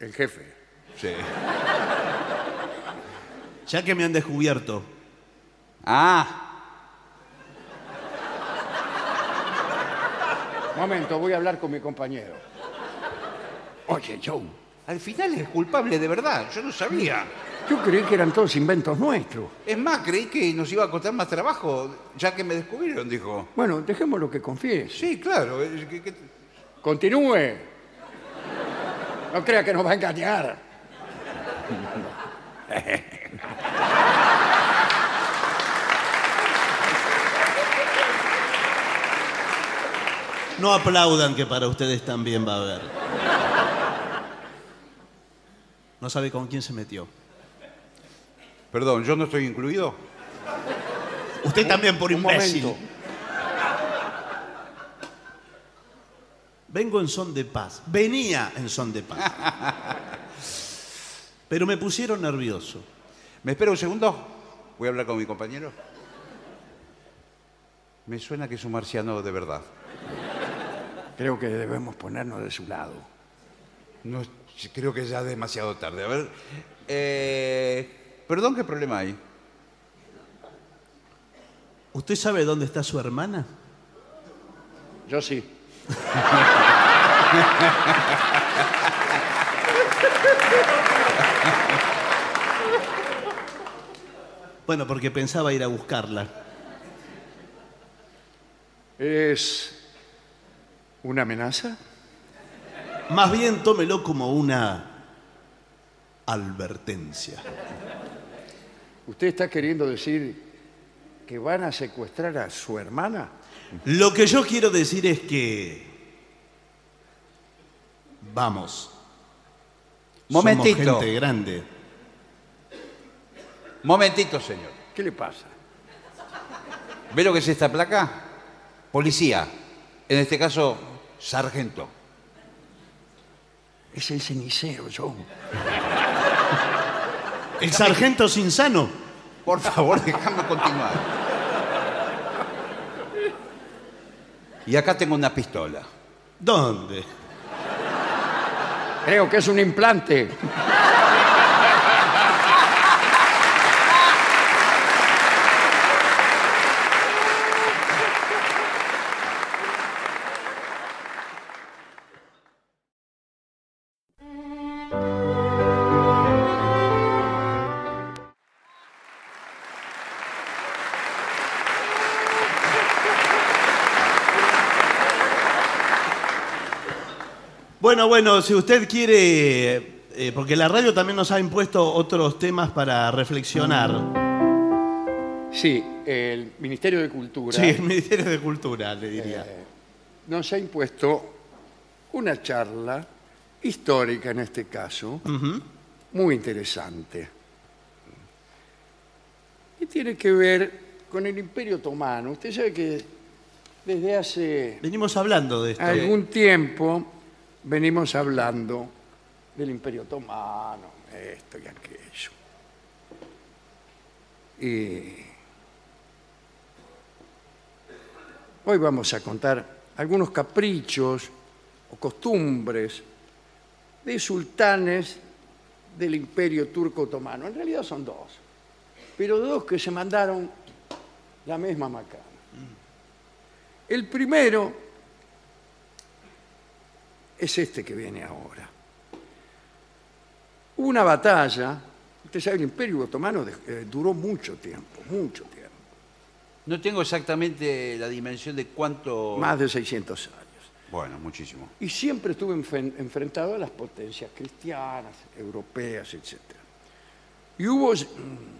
[SPEAKER 1] El jefe.
[SPEAKER 2] Sí.
[SPEAKER 3] Ya que me han descubierto,
[SPEAKER 2] Ah,
[SPEAKER 1] Momento, voy a hablar con mi compañero. Oye, Joe,
[SPEAKER 2] al final es culpable de verdad. Yo no sabía.
[SPEAKER 1] yo creí que eran todos inventos nuestros.
[SPEAKER 2] Es más, creí que nos iba a costar más trabajo, ya que me descubrieron, dijo.
[SPEAKER 1] Bueno, dejemos lo que confiese.
[SPEAKER 2] Sí, claro. es que- que-
[SPEAKER 1] Continúe. No crea que nos va a engañar.
[SPEAKER 3] no aplaudan que para ustedes también va a haber. No sabe con quién se metió.
[SPEAKER 2] Perdón, ¿yo no estoy incluido?
[SPEAKER 3] Usted también por
[SPEAKER 1] un
[SPEAKER 3] imbécil.
[SPEAKER 1] momento.
[SPEAKER 3] Vengo en son de paz. Venía en son de paz. Pero me pusieron nervioso.
[SPEAKER 2] ¿Me espera un segundo? Voy a hablar con mi compañero. Me suena que es un marciano de verdad.
[SPEAKER 1] Creo que debemos ponernos de su lado.
[SPEAKER 2] No, creo que ya es demasiado tarde. A ver. eh, perdón, ¿qué problema hay?
[SPEAKER 3] ¿Usted sabe dónde está su hermana?
[SPEAKER 1] Yo sí.
[SPEAKER 3] Bueno, porque pensaba ir a buscarla.
[SPEAKER 1] ¿Es una amenaza?
[SPEAKER 3] Más bien tómelo como una advertencia.
[SPEAKER 1] ¿Usted está queriendo decir que van a secuestrar a su hermana?
[SPEAKER 3] Lo que yo quiero decir es que... Vamos.
[SPEAKER 2] Momentito.
[SPEAKER 3] Somos gente grande.
[SPEAKER 2] Momentito, señor.
[SPEAKER 1] ¿Qué le pasa?
[SPEAKER 2] ¿Ve lo que es esta placa? Policía. En este caso, sargento.
[SPEAKER 1] Es el cenicero, Joe.
[SPEAKER 3] El sargento es insano.
[SPEAKER 2] Por favor, déjame continuar. Y acá tengo una pistola.
[SPEAKER 3] ¿Dónde?
[SPEAKER 1] Creo que es un implante.
[SPEAKER 3] bueno, bueno, si usted quiere, eh, porque la radio también nos ha impuesto otros temas para reflexionar.
[SPEAKER 1] Sí, el Ministerio de Cultura
[SPEAKER 3] Sí, el Ministerio de Cultura, le diría.
[SPEAKER 1] nos ha impuesto una charla histórica en este caso,
[SPEAKER 3] Ujú.
[SPEAKER 1] muy interesante. Y tiene que ver con el Imperio Otomano. Usted sabe que desde hace
[SPEAKER 3] Venimos hablando de esto.
[SPEAKER 1] algún tiempo venimos hablando del Imperio Otomano, esto y aquello. Y hoy vamos a contar algunos caprichos o costumbres de sultanes del Imperio Turco Otomano. En realidad son dos, pero dos que se mandaron la misma macana. El primero es este que viene ahora. Hubo una batalla, usted sabe, el imperio otomano de- eh, duró mucho tiempo, mucho tiempo,
[SPEAKER 2] No tengo exactamente la dimensión de cuánto.
[SPEAKER 1] más de 600 años.
[SPEAKER 2] Bueno, muchísimo.
[SPEAKER 1] Y siempre estuvo enfen- enfrentado a las potencias cristianas, europeas, etc. Y hubo s-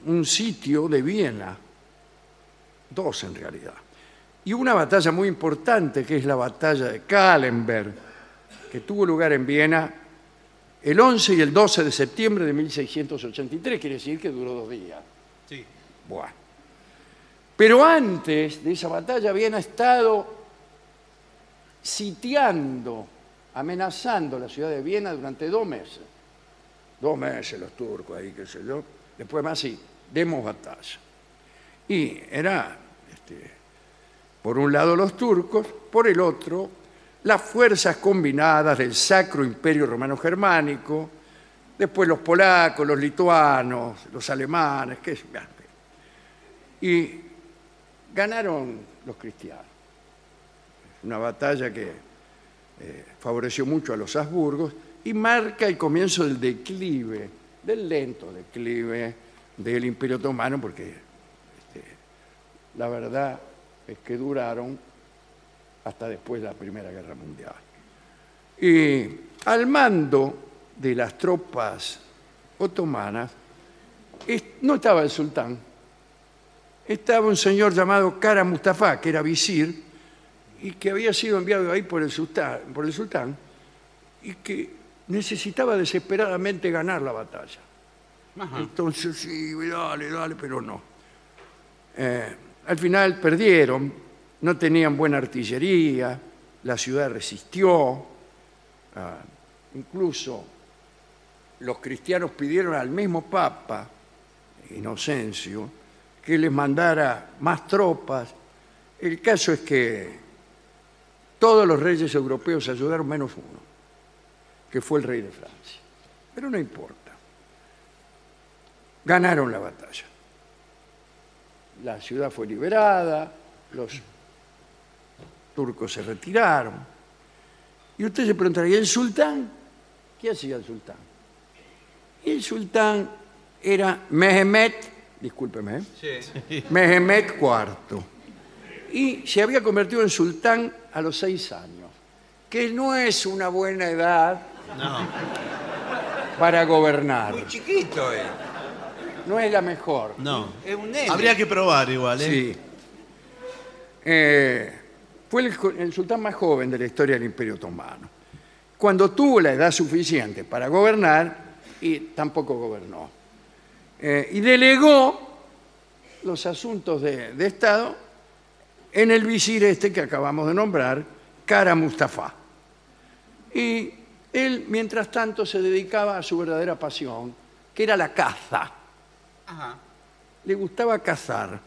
[SPEAKER 1] un sitio de Viena, dos en realidad, y una batalla muy importante que es la batalla de Kahlenberg, que tuvo lugar en Viena el 11 y el 12 de septiembre de 1683, quiere decir que duró dos días. Bueno. Pero antes de esa batalla habían estado sitiando, amenazando la ciudad de Viena durante dos meses. Dos meses los turcos ahí, qué sé yo. Después más sí, demos batalla. Y era, este, por un lado los turcos, por el otro, las fuerzas combinadas del Sacro Imperio Romano Germánico, después los polacos, los lituanos, los alemanes, qué sé yo. Y ganaron los cristianos. Una batalla que eh, favoreció mucho a los Habsburgos y marca el comienzo del declive, del lento declive del Imperio Otomano, porque este, la verdad es que duraron hasta después de la Primera Guerra Mundial. Y al mando de las tropas otomanas es- no estaba el sultán, estaba un señor llamado Kara Mustafa, que era visir, y que había sido enviado ahí por el sultán, por el sultán y que necesitaba desesperadamente ganar la batalla. Entonces, sí, dale, dale, pero no. Eh, al final perdieron, no tenían buena artillería, la ciudad resistió, ah, incluso los cristianos pidieron al mismo Papa, Inocencio, que les mandara más tropas. El caso es que todos los reyes europeos ayudaron menos uno, que fue el rey de Francia. Pero no importa. Ganaron la batalla. La ciudad fue liberada, los turcos se retiraron. Y usted se preguntará, ¿y el sultán? ¿Qué hacía el sultán? Y el sultán era Mehmet, discúlpeme, ¿eh? Mehmet IV. Y se había convertido en sultán a los seis años, que no es una buena edad para gobernar.
[SPEAKER 2] Muy chiquito, eh.
[SPEAKER 1] No es la mejor.
[SPEAKER 3] No.
[SPEAKER 2] Es un nene.
[SPEAKER 3] Habría que probar igual, ¿eh?
[SPEAKER 1] Sí. Eh, fue el, jo- el sultán más joven de la historia del Imperio Otomano. Cuando tuvo la edad suficiente para gobernar, y tampoco gobernó. Eh, y delegó los asuntos de, de Estado en el visir este que acabamos de nombrar, Kara Mustafa. Y él, mientras tanto, se dedicaba a su verdadera pasión, que era la caza
[SPEAKER 2] Ajá.
[SPEAKER 1] le gustaba cazar.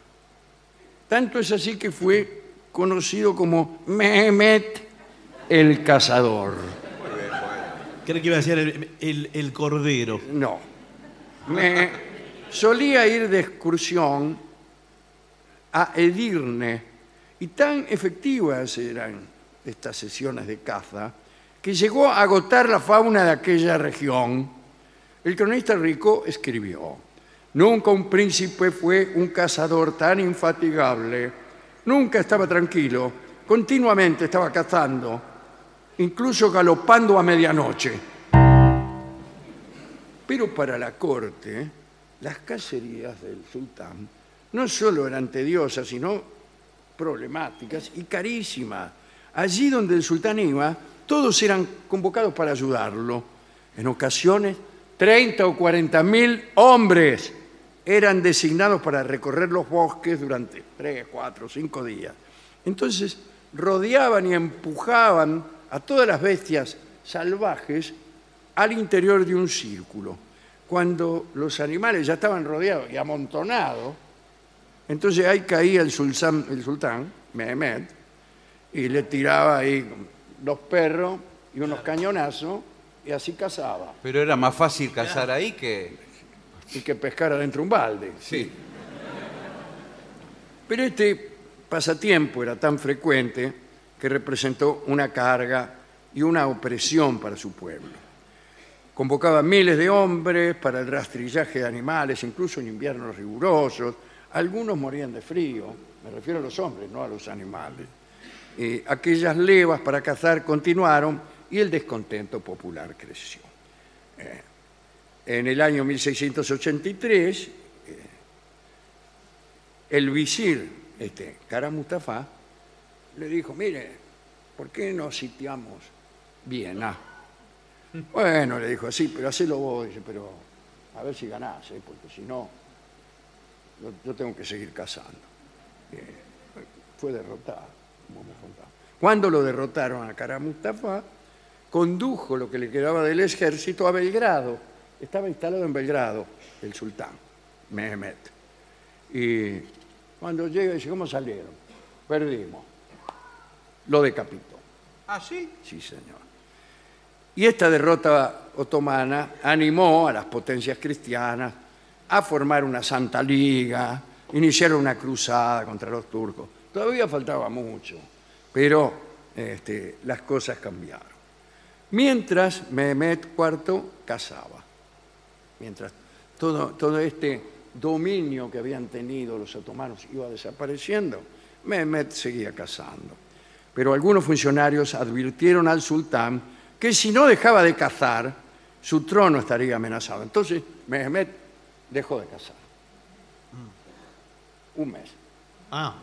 [SPEAKER 1] Tanto es así que fue conocido como Mehmet el cazador.
[SPEAKER 3] Creo que iba a ser el, el- el cordero.
[SPEAKER 1] No. Me- solía ir de excursión a Edirne y tan efectivas eran estas sesiones de caza que llegó a agotar la fauna de aquella región. El cronista rico escribió, nunca un príncipe fue un cazador tan infatigable, nunca estaba tranquilo, continuamente estaba cazando, incluso galopando a medianoche. Pero para la corte, las cacerías del sultán no solo eran tediosas, sino problemáticas y carísimas. Allí donde el sultán iba, todos eran convocados para ayudarlo. En ocasiones, 30 o 40 mil hombres eran designados para recorrer los bosques durante 3, 4, 5 días. Entonces, rodeaban y empujaban a todas las bestias salvajes al interior de un círculo. Cuando los animales ya estaban rodeados y amontonados, entonces ahí caía el sultán, el sultán Mehmet, y le tiraba ahí los perros y unos cañonazos, y así cazaba,
[SPEAKER 2] Pero era más fácil cazar ahí que.
[SPEAKER 1] y que pescara dentro de un balde.
[SPEAKER 2] Sí.
[SPEAKER 1] Pero este pasatiempo era tan frecuente que representó una carga y una opresión para su pueblo. Convocaba miles de hombres para el rastrillaje de animales, incluso en inviernos rigurosos. Algunos morían de frío, me refiero a los hombres, no a los animales. Eh, aquellas levas para cazar continuaron y el descontento popular creció. Eh, en el año 1683, el visir, este, Kara Mustafa, le dijo, mire, ¿por qué no sitiamos Viena? Bueno, le dijo, sí, pero hacelo vos, dice, pero a ver si ganás, ¿eh? porque si no, yo, yo tengo que seguir cazando. Eh, fue derrotado, como hemos contado. Cuando lo derrotaron a Kara Mustafa, condujo lo que le quedaba del ejército a Belgrado. Estaba instalado en Belgrado el sultán, Mehmet. Y cuando llega, dice, ¿cómo salieron? Perdimos. Lo decapitó.
[SPEAKER 2] ¿Ah, sí?
[SPEAKER 1] Sí, señor. Y esta derrota otomana animó a las potencias cristianas a formar una Santa Liga, iniciar una cruzada contra los turcos. Todavía faltaba mucho, pero este, las cosas cambiaron. Mientras Mehmet IV casaba, mientras todo, todo este dominio que habían tenido los otomanos iba desapareciendo, Mehmet seguía cazando. Pero algunos funcionarios advirtieron al sultán que si no dejaba de cazar, su trono estaría amenazado. Entonces Mehmet dejó de cazar. Un mes.
[SPEAKER 3] Ah,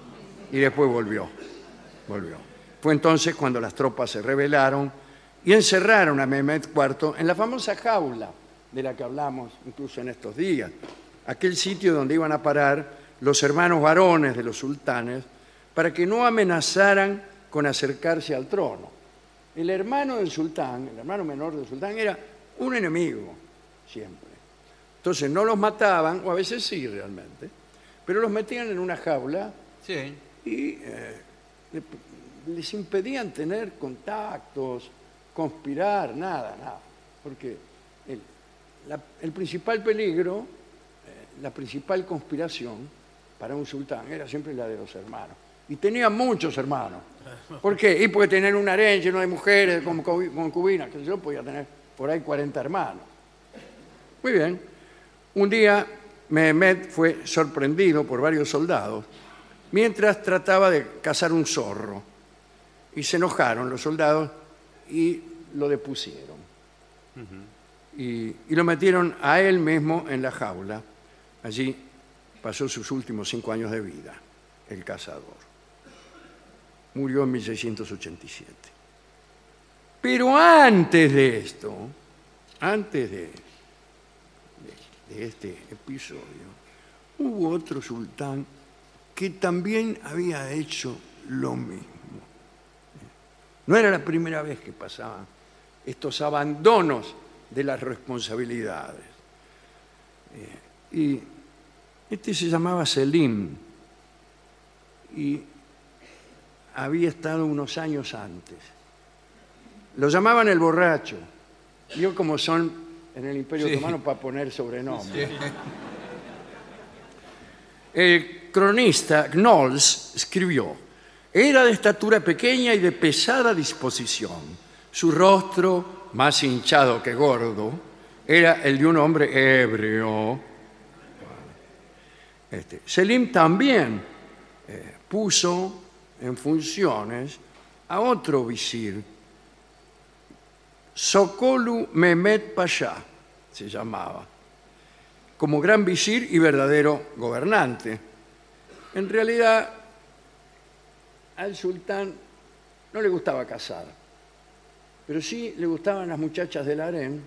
[SPEAKER 1] Y después volvió. Volvió. Fue entonces cuando las tropas se rebelaron y encerraron a Mehmet IV en la famosa jaula de la que hablamos incluso en estos días. Aquel sitio donde iban a parar los hermanos varones de los sultanes para que no amenazaran con acercarse al trono. El hermano del sultán, el hermano menor del sultán, era un enemigo siempre. Entonces no los mataban, o a veces sí realmente, pero los metían en una jaula
[SPEAKER 2] Sí.
[SPEAKER 1] y eh, le- les impedían tener contactos, conspirar, nada, nada. Porque el, la- el principal peligro, eh, la principal conspiración para un sultán era siempre la de los hermanos. Y tenía muchos hermanos. ¿Por qué? Y porque tener un harén lleno de mujeres, con concu- concubinas, que yo podía tener por ahí 40 hermanos. Muy bien. Un día Mehmet fue sorprendido por varios soldados mientras trataba de cazar un zorro. Y se enojaron los soldados y lo depusieron. y, y lo metieron a él mismo en la jaula. Allí pasó sus últimos cinco años de vida, el cazador. Murió en 1687. Pero antes de esto, antes de de este episodio, hubo otro sultán que también había hecho lo mismo. No era la primera vez que pasaban estos abandonos de las responsabilidades. Eh, y este se llamaba Selim y había estado unos años antes. Lo llamaban el borracho. Vio como son en el Imperio Otomano para poner sobrenombre. El cronista Knowles escribió, era de estatura pequeña y de pesada disposición. Su rostro, más hinchado que gordo, era el de un hombre ebrio. Este, Selim también eh, puso en funciones a otro visir Sokolu Mehmet Pasha, se llamaba, como gran visir y verdadero gobernante. En realidad, al sultán no le gustaba casar, pero sí le gustaban las muchachas del harén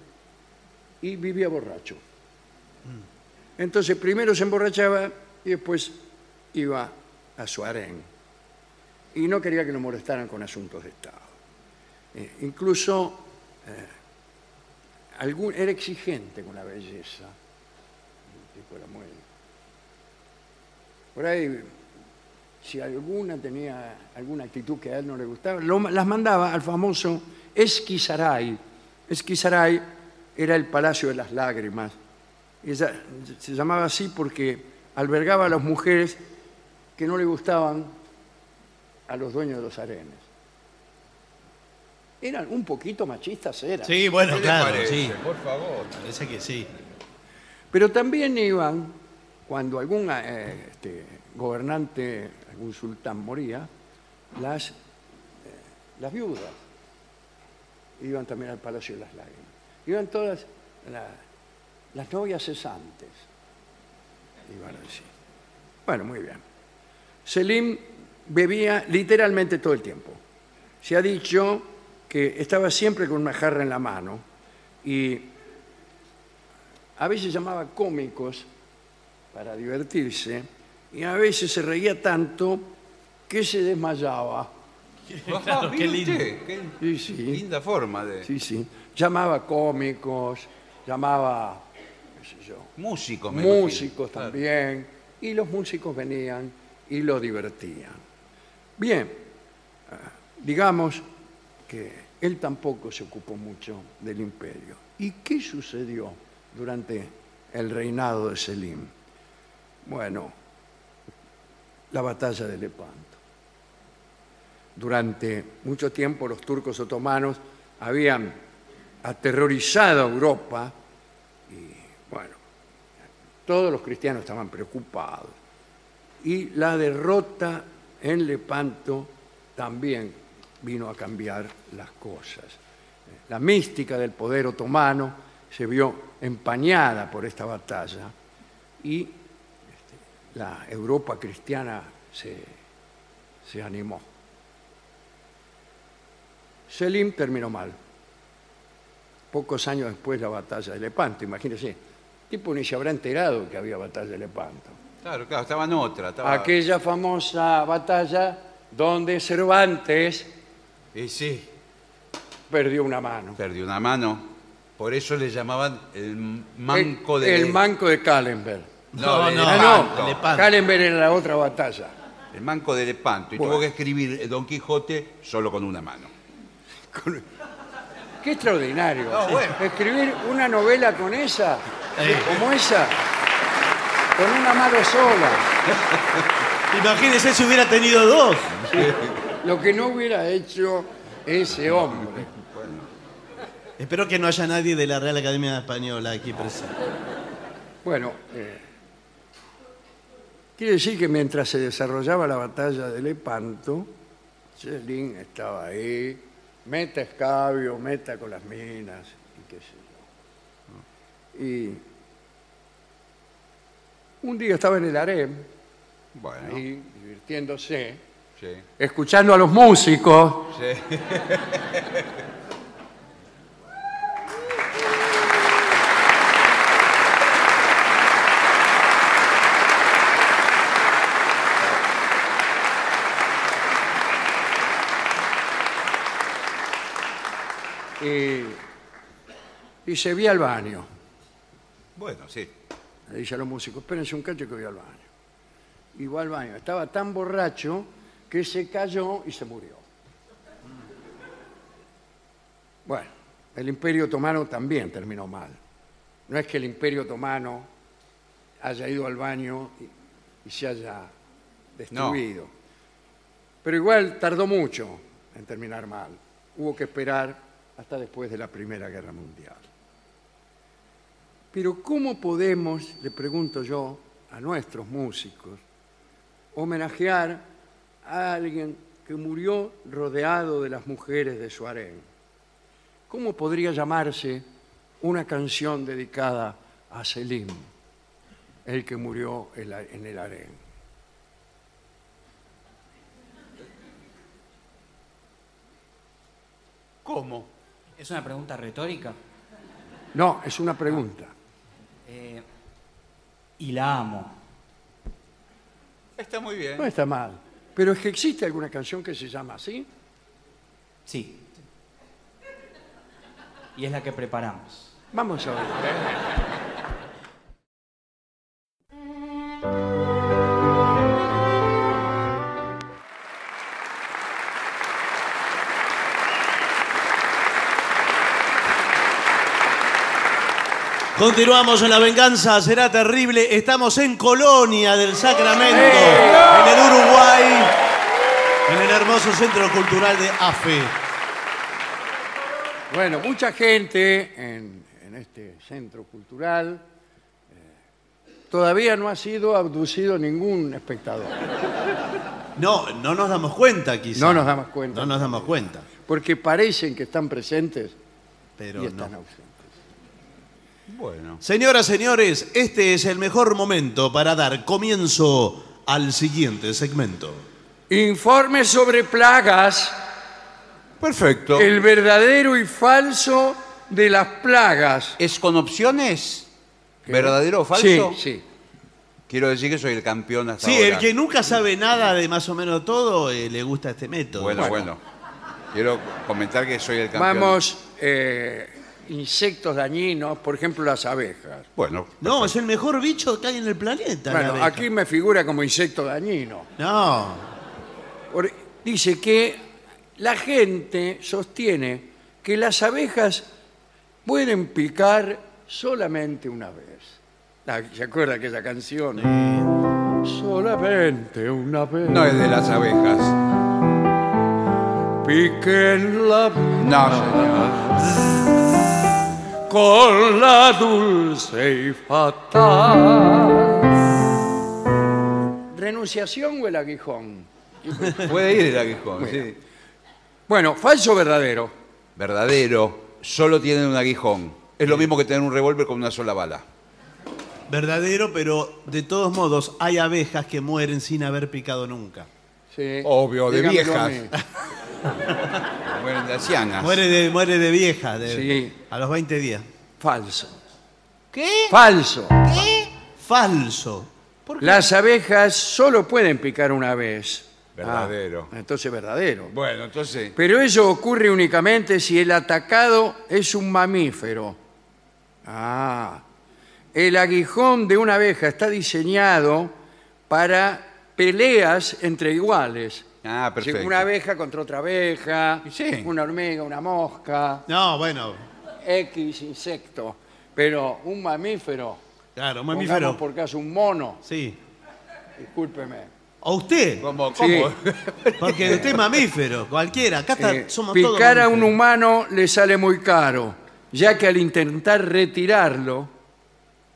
[SPEAKER 1] y vivía borracho. Entonces, primero se emborrachaba y después iba a su harén. Y no quería que lo molestaran con asuntos de Estado. Eh, incluso algún- era exigente con la belleza. El tipo era muy- Por ahí, si alguna tenía alguna actitud que a él no le gustaba, lo- las mandaba al famoso Esquizaray. Esquizaray era el Palacio de las Lágrimas. Y ella- se llamaba así porque albergaba a las mujeres que no le gustaban a los dueños de los arenes. Eran un poquito machistas, eran.
[SPEAKER 3] Sí, bueno,
[SPEAKER 2] ¿Qué le
[SPEAKER 3] claro,
[SPEAKER 2] parece?
[SPEAKER 3] sí.
[SPEAKER 2] Por favor.
[SPEAKER 3] Parece que sí.
[SPEAKER 1] Pero también iban, cuando algún eh, este, gobernante, algún sultán moría, las, eh, las viudas iban también al Palacio de las Lágrimas. Iban todas la- las novias cesantes. Iban así. Bueno, muy bien. Selim bebía literalmente todo el tiempo. Se ha dicho que estaba siempre con una jarra en la mano y a veces llamaba cómicos para divertirse y a veces se reía tanto que se desmayaba.
[SPEAKER 2] Ajá, mire
[SPEAKER 3] qué lindo.
[SPEAKER 2] usted, qué
[SPEAKER 1] Sí, sí,
[SPEAKER 2] linda forma de...
[SPEAKER 1] sí, sí. Llamaba cómicos, llamaba, qué sé yo,
[SPEAKER 2] Músicos, me imagino.
[SPEAKER 1] músicos
[SPEAKER 2] Claro.
[SPEAKER 1] también, y los músicos venían y lo divertían. Bien, ah, digamos que él tampoco se ocupó mucho del imperio. ¿Y qué sucedió durante el reinado de Selim? Bueno, la batalla de Lepanto. Durante mucho tiempo los turcos otomanos habían aterrorizado a Europa y, bueno, todos los cristianos estaban preocupados. Y la derrota en Lepanto también vino a cambiar las cosas. La mística del poder otomano se vio empañada por esta batalla y este, la Europa cristiana se, se animó. Selim terminó mal. Pocos años después la batalla de Lepanto, imagínense, el tipo ni se habrá enterado que había batalla de Lepanto.
[SPEAKER 2] Claro, claro, estaba en otra. Estaba...
[SPEAKER 1] Aquella famosa batalla donde Cervantes
[SPEAKER 2] Y sí,
[SPEAKER 1] perdió una mano.
[SPEAKER 2] perdió una mano. Por eso le llamaban el manco
[SPEAKER 1] el,
[SPEAKER 2] de...
[SPEAKER 1] el manco de Kallenberg.
[SPEAKER 2] No,
[SPEAKER 3] No,
[SPEAKER 2] de
[SPEAKER 3] no.
[SPEAKER 1] Ah,
[SPEAKER 2] Lepanto.
[SPEAKER 1] no,
[SPEAKER 3] de Lepanto.
[SPEAKER 1] Kallenberg era la otra batalla.
[SPEAKER 2] El manco de Lepanto. Y
[SPEAKER 1] Bueno.
[SPEAKER 2] tuvo que escribir eh, Don Quijote solo con una mano.
[SPEAKER 1] Qué extraordinario.
[SPEAKER 2] No, bueno.
[SPEAKER 1] Escribir una novela con esa,
[SPEAKER 3] Sí.
[SPEAKER 1] como esa, con una mano sola.
[SPEAKER 3] Imagínese si hubiera tenido dos.
[SPEAKER 1] Lo que no hubiera hecho ese hombre.
[SPEAKER 3] Espero que no haya nadie de la Real Academia Española aquí presente.
[SPEAKER 1] Bueno, eh, quiere decir que mientras se desarrollaba la batalla de Lepanto, Selin estaba ahí, meta escabio, meta con las minas, y qué sé yo. Y un día estaba en el harem,
[SPEAKER 2] Bueno,
[SPEAKER 1] ahí, divirtiéndose,
[SPEAKER 2] sí,
[SPEAKER 1] escuchando a los músicos,
[SPEAKER 2] sí.
[SPEAKER 1] y, y se vía al baño.
[SPEAKER 2] Bueno, sí.
[SPEAKER 1] Le dice a los músicos, espérense un cacho que voy al baño. Y va al baño. Estaba tan borracho que se cayó y se murió. Bueno, el Imperio Otomano también terminó mal. No es que el Imperio Otomano haya ido al baño y, y se haya destruido. Pero igual tardó mucho en terminar mal. Hubo que esperar hasta después de la Primera Guerra Mundial. Pero ¿cómo podemos, le pregunto yo, a nuestros músicos, homenajear a alguien que murió rodeado de las mujeres de su harén? ¿Cómo podría llamarse una canción dedicada a Selim, el que murió en la- en el harén?
[SPEAKER 2] ¿Cómo?
[SPEAKER 4] Es una pregunta retórica.
[SPEAKER 1] No, es una pregunta.
[SPEAKER 4] Eh, y la amo.
[SPEAKER 2] Está muy bien.
[SPEAKER 1] No está mal. Pero es que existe alguna canción que se llama así.
[SPEAKER 4] Sí. Y es la que preparamos.
[SPEAKER 1] Vamos a ver.
[SPEAKER 3] Continuamos en la venganza, será terrible. Estamos en Colonia del Sacramento, en el Uruguay, en el hermoso centro cultural de E. AFE.
[SPEAKER 1] Bueno, mucha gente en, en este centro cultural eh, todavía no ha sido abducido ningún espectador.
[SPEAKER 3] No, no nos damos cuenta, quizás.
[SPEAKER 1] No nos damos cuenta.
[SPEAKER 3] No nos damos cuenta,
[SPEAKER 1] Porque parecen que están presentes
[SPEAKER 3] pero
[SPEAKER 1] y están
[SPEAKER 3] no.
[SPEAKER 1] ausentes.
[SPEAKER 2] Bueno.
[SPEAKER 3] Señoras, señores, este es el mejor momento para dar comienzo al siguiente segmento.
[SPEAKER 1] Informe sobre plagas,
[SPEAKER 2] Perfecto.
[SPEAKER 1] el verdadero y falso de las plagas.
[SPEAKER 2] ¿Es con opciones? ¿Verdadero o falso?
[SPEAKER 1] Sí, sí.
[SPEAKER 2] Quiero decir que soy el campeón hasta
[SPEAKER 3] Sí,
[SPEAKER 2] ahora.
[SPEAKER 3] el que nunca sabe nada de más o menos todo, eh, le gusta este método.
[SPEAKER 2] Bueno, bueno. Quiero comentar que soy el campeón.
[SPEAKER 1] Vamos, eh, insectos dañinos, por ejemplo las abejas.
[SPEAKER 2] Bueno.
[SPEAKER 3] No, es el mejor bicho que hay en el planeta. la
[SPEAKER 1] Bueno,
[SPEAKER 3] abeja.
[SPEAKER 1] aquí me figura como insecto dañino.
[SPEAKER 3] No.
[SPEAKER 1] Por- dice que la gente sostiene que las abejas pueden picar solamente una vez. Ah, ¿Se acuerda aquella canción? Solamente una vez.
[SPEAKER 2] No es de las abejas.
[SPEAKER 1] Piquen la
[SPEAKER 2] No, señor.
[SPEAKER 1] con la dulce y fatal. ¿Renunciación o el aguijón?
[SPEAKER 2] Puede ir el aguijón, sí.
[SPEAKER 1] Bueno, falso o verdadero.
[SPEAKER 2] Verdadero. Solo tienen un aguijón. Es lo mismo que tener un revólver con una sola bala.
[SPEAKER 3] Verdadero, pero de todos modos hay abejas que mueren sin haber picado nunca.
[SPEAKER 1] Sí.
[SPEAKER 2] Obvio, de
[SPEAKER 1] Dígamelo a
[SPEAKER 2] viejas.
[SPEAKER 1] mí.
[SPEAKER 2] Mueren de ancianas.
[SPEAKER 3] Muere de, muere de vieja, de-
[SPEAKER 1] Ah. Sí.
[SPEAKER 3] a los 20 días.
[SPEAKER 1] Falso.
[SPEAKER 4] ¿Qué?
[SPEAKER 1] Falso.
[SPEAKER 3] Falso.
[SPEAKER 1] Las abejas solo pueden picar una vez.
[SPEAKER 2] Verdadero.
[SPEAKER 1] Ah, entonces verdadero.
[SPEAKER 2] Bueno, entonces.
[SPEAKER 1] Pero ello ocurre únicamente si el atacado es un mamífero. Ah. El aguijón de una abeja está diseñado para peleas entre iguales.
[SPEAKER 2] Ah, perfecto.
[SPEAKER 1] Una abeja contra otra abeja,
[SPEAKER 2] Sí.
[SPEAKER 1] una hormiga, una mosca,
[SPEAKER 3] No, bueno,
[SPEAKER 1] X insecto. Pero un mamífero,
[SPEAKER 3] claro,
[SPEAKER 1] pongamos
[SPEAKER 3] mamífero.
[SPEAKER 1] por caso un mono,
[SPEAKER 3] Sí.
[SPEAKER 1] discúlpeme.
[SPEAKER 3] O usted,
[SPEAKER 2] ¿Cómo?
[SPEAKER 1] Sí.
[SPEAKER 2] ¿Cómo?
[SPEAKER 3] porque usted es mamífero, cualquiera. Acá está-
[SPEAKER 1] Eh,
[SPEAKER 3] somos todos.
[SPEAKER 1] picar a un
[SPEAKER 3] mamíferos.
[SPEAKER 1] humano le sale muy caro, ya que al intentar retirarlo,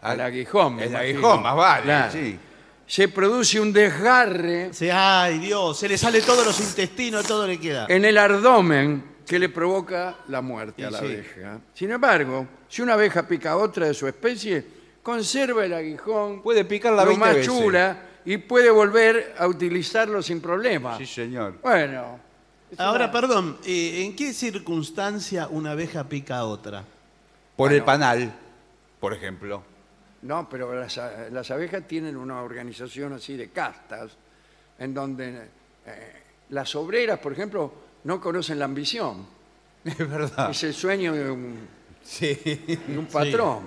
[SPEAKER 1] al aguijón, me
[SPEAKER 2] El
[SPEAKER 1] imagino.
[SPEAKER 2] aguijón, más vale.
[SPEAKER 1] Claro.
[SPEAKER 2] Sí.
[SPEAKER 1] se produce un desgarre
[SPEAKER 3] Sí, ay, Dios, se le sale todos los intestinos, todo le queda.
[SPEAKER 1] en el abdomen que le provoca la muerte a
[SPEAKER 3] Y
[SPEAKER 1] la
[SPEAKER 3] sí.
[SPEAKER 1] abeja. Sin embargo, si una abeja pica a otra de su especie, conserva el aguijón,
[SPEAKER 2] Puede picarla
[SPEAKER 1] lo
[SPEAKER 2] 20
[SPEAKER 1] más
[SPEAKER 2] veces.
[SPEAKER 1] chula y puede volver a utilizarlo sin problema.
[SPEAKER 2] Sí, señor.
[SPEAKER 1] Bueno, es
[SPEAKER 3] Ahora,
[SPEAKER 1] una-
[SPEAKER 3] perdón, eh, ¿en qué circunstancia una abeja pica a otra?
[SPEAKER 2] Por el panal, por ejemplo.
[SPEAKER 1] No, pero las, a- las abejas tienen una organización así de castas, en donde eh, las obreras, por ejemplo, no conocen la ambición.
[SPEAKER 2] Es verdad.
[SPEAKER 1] Es el sueño de un,
[SPEAKER 2] Ah. Sí.
[SPEAKER 1] de un patrón.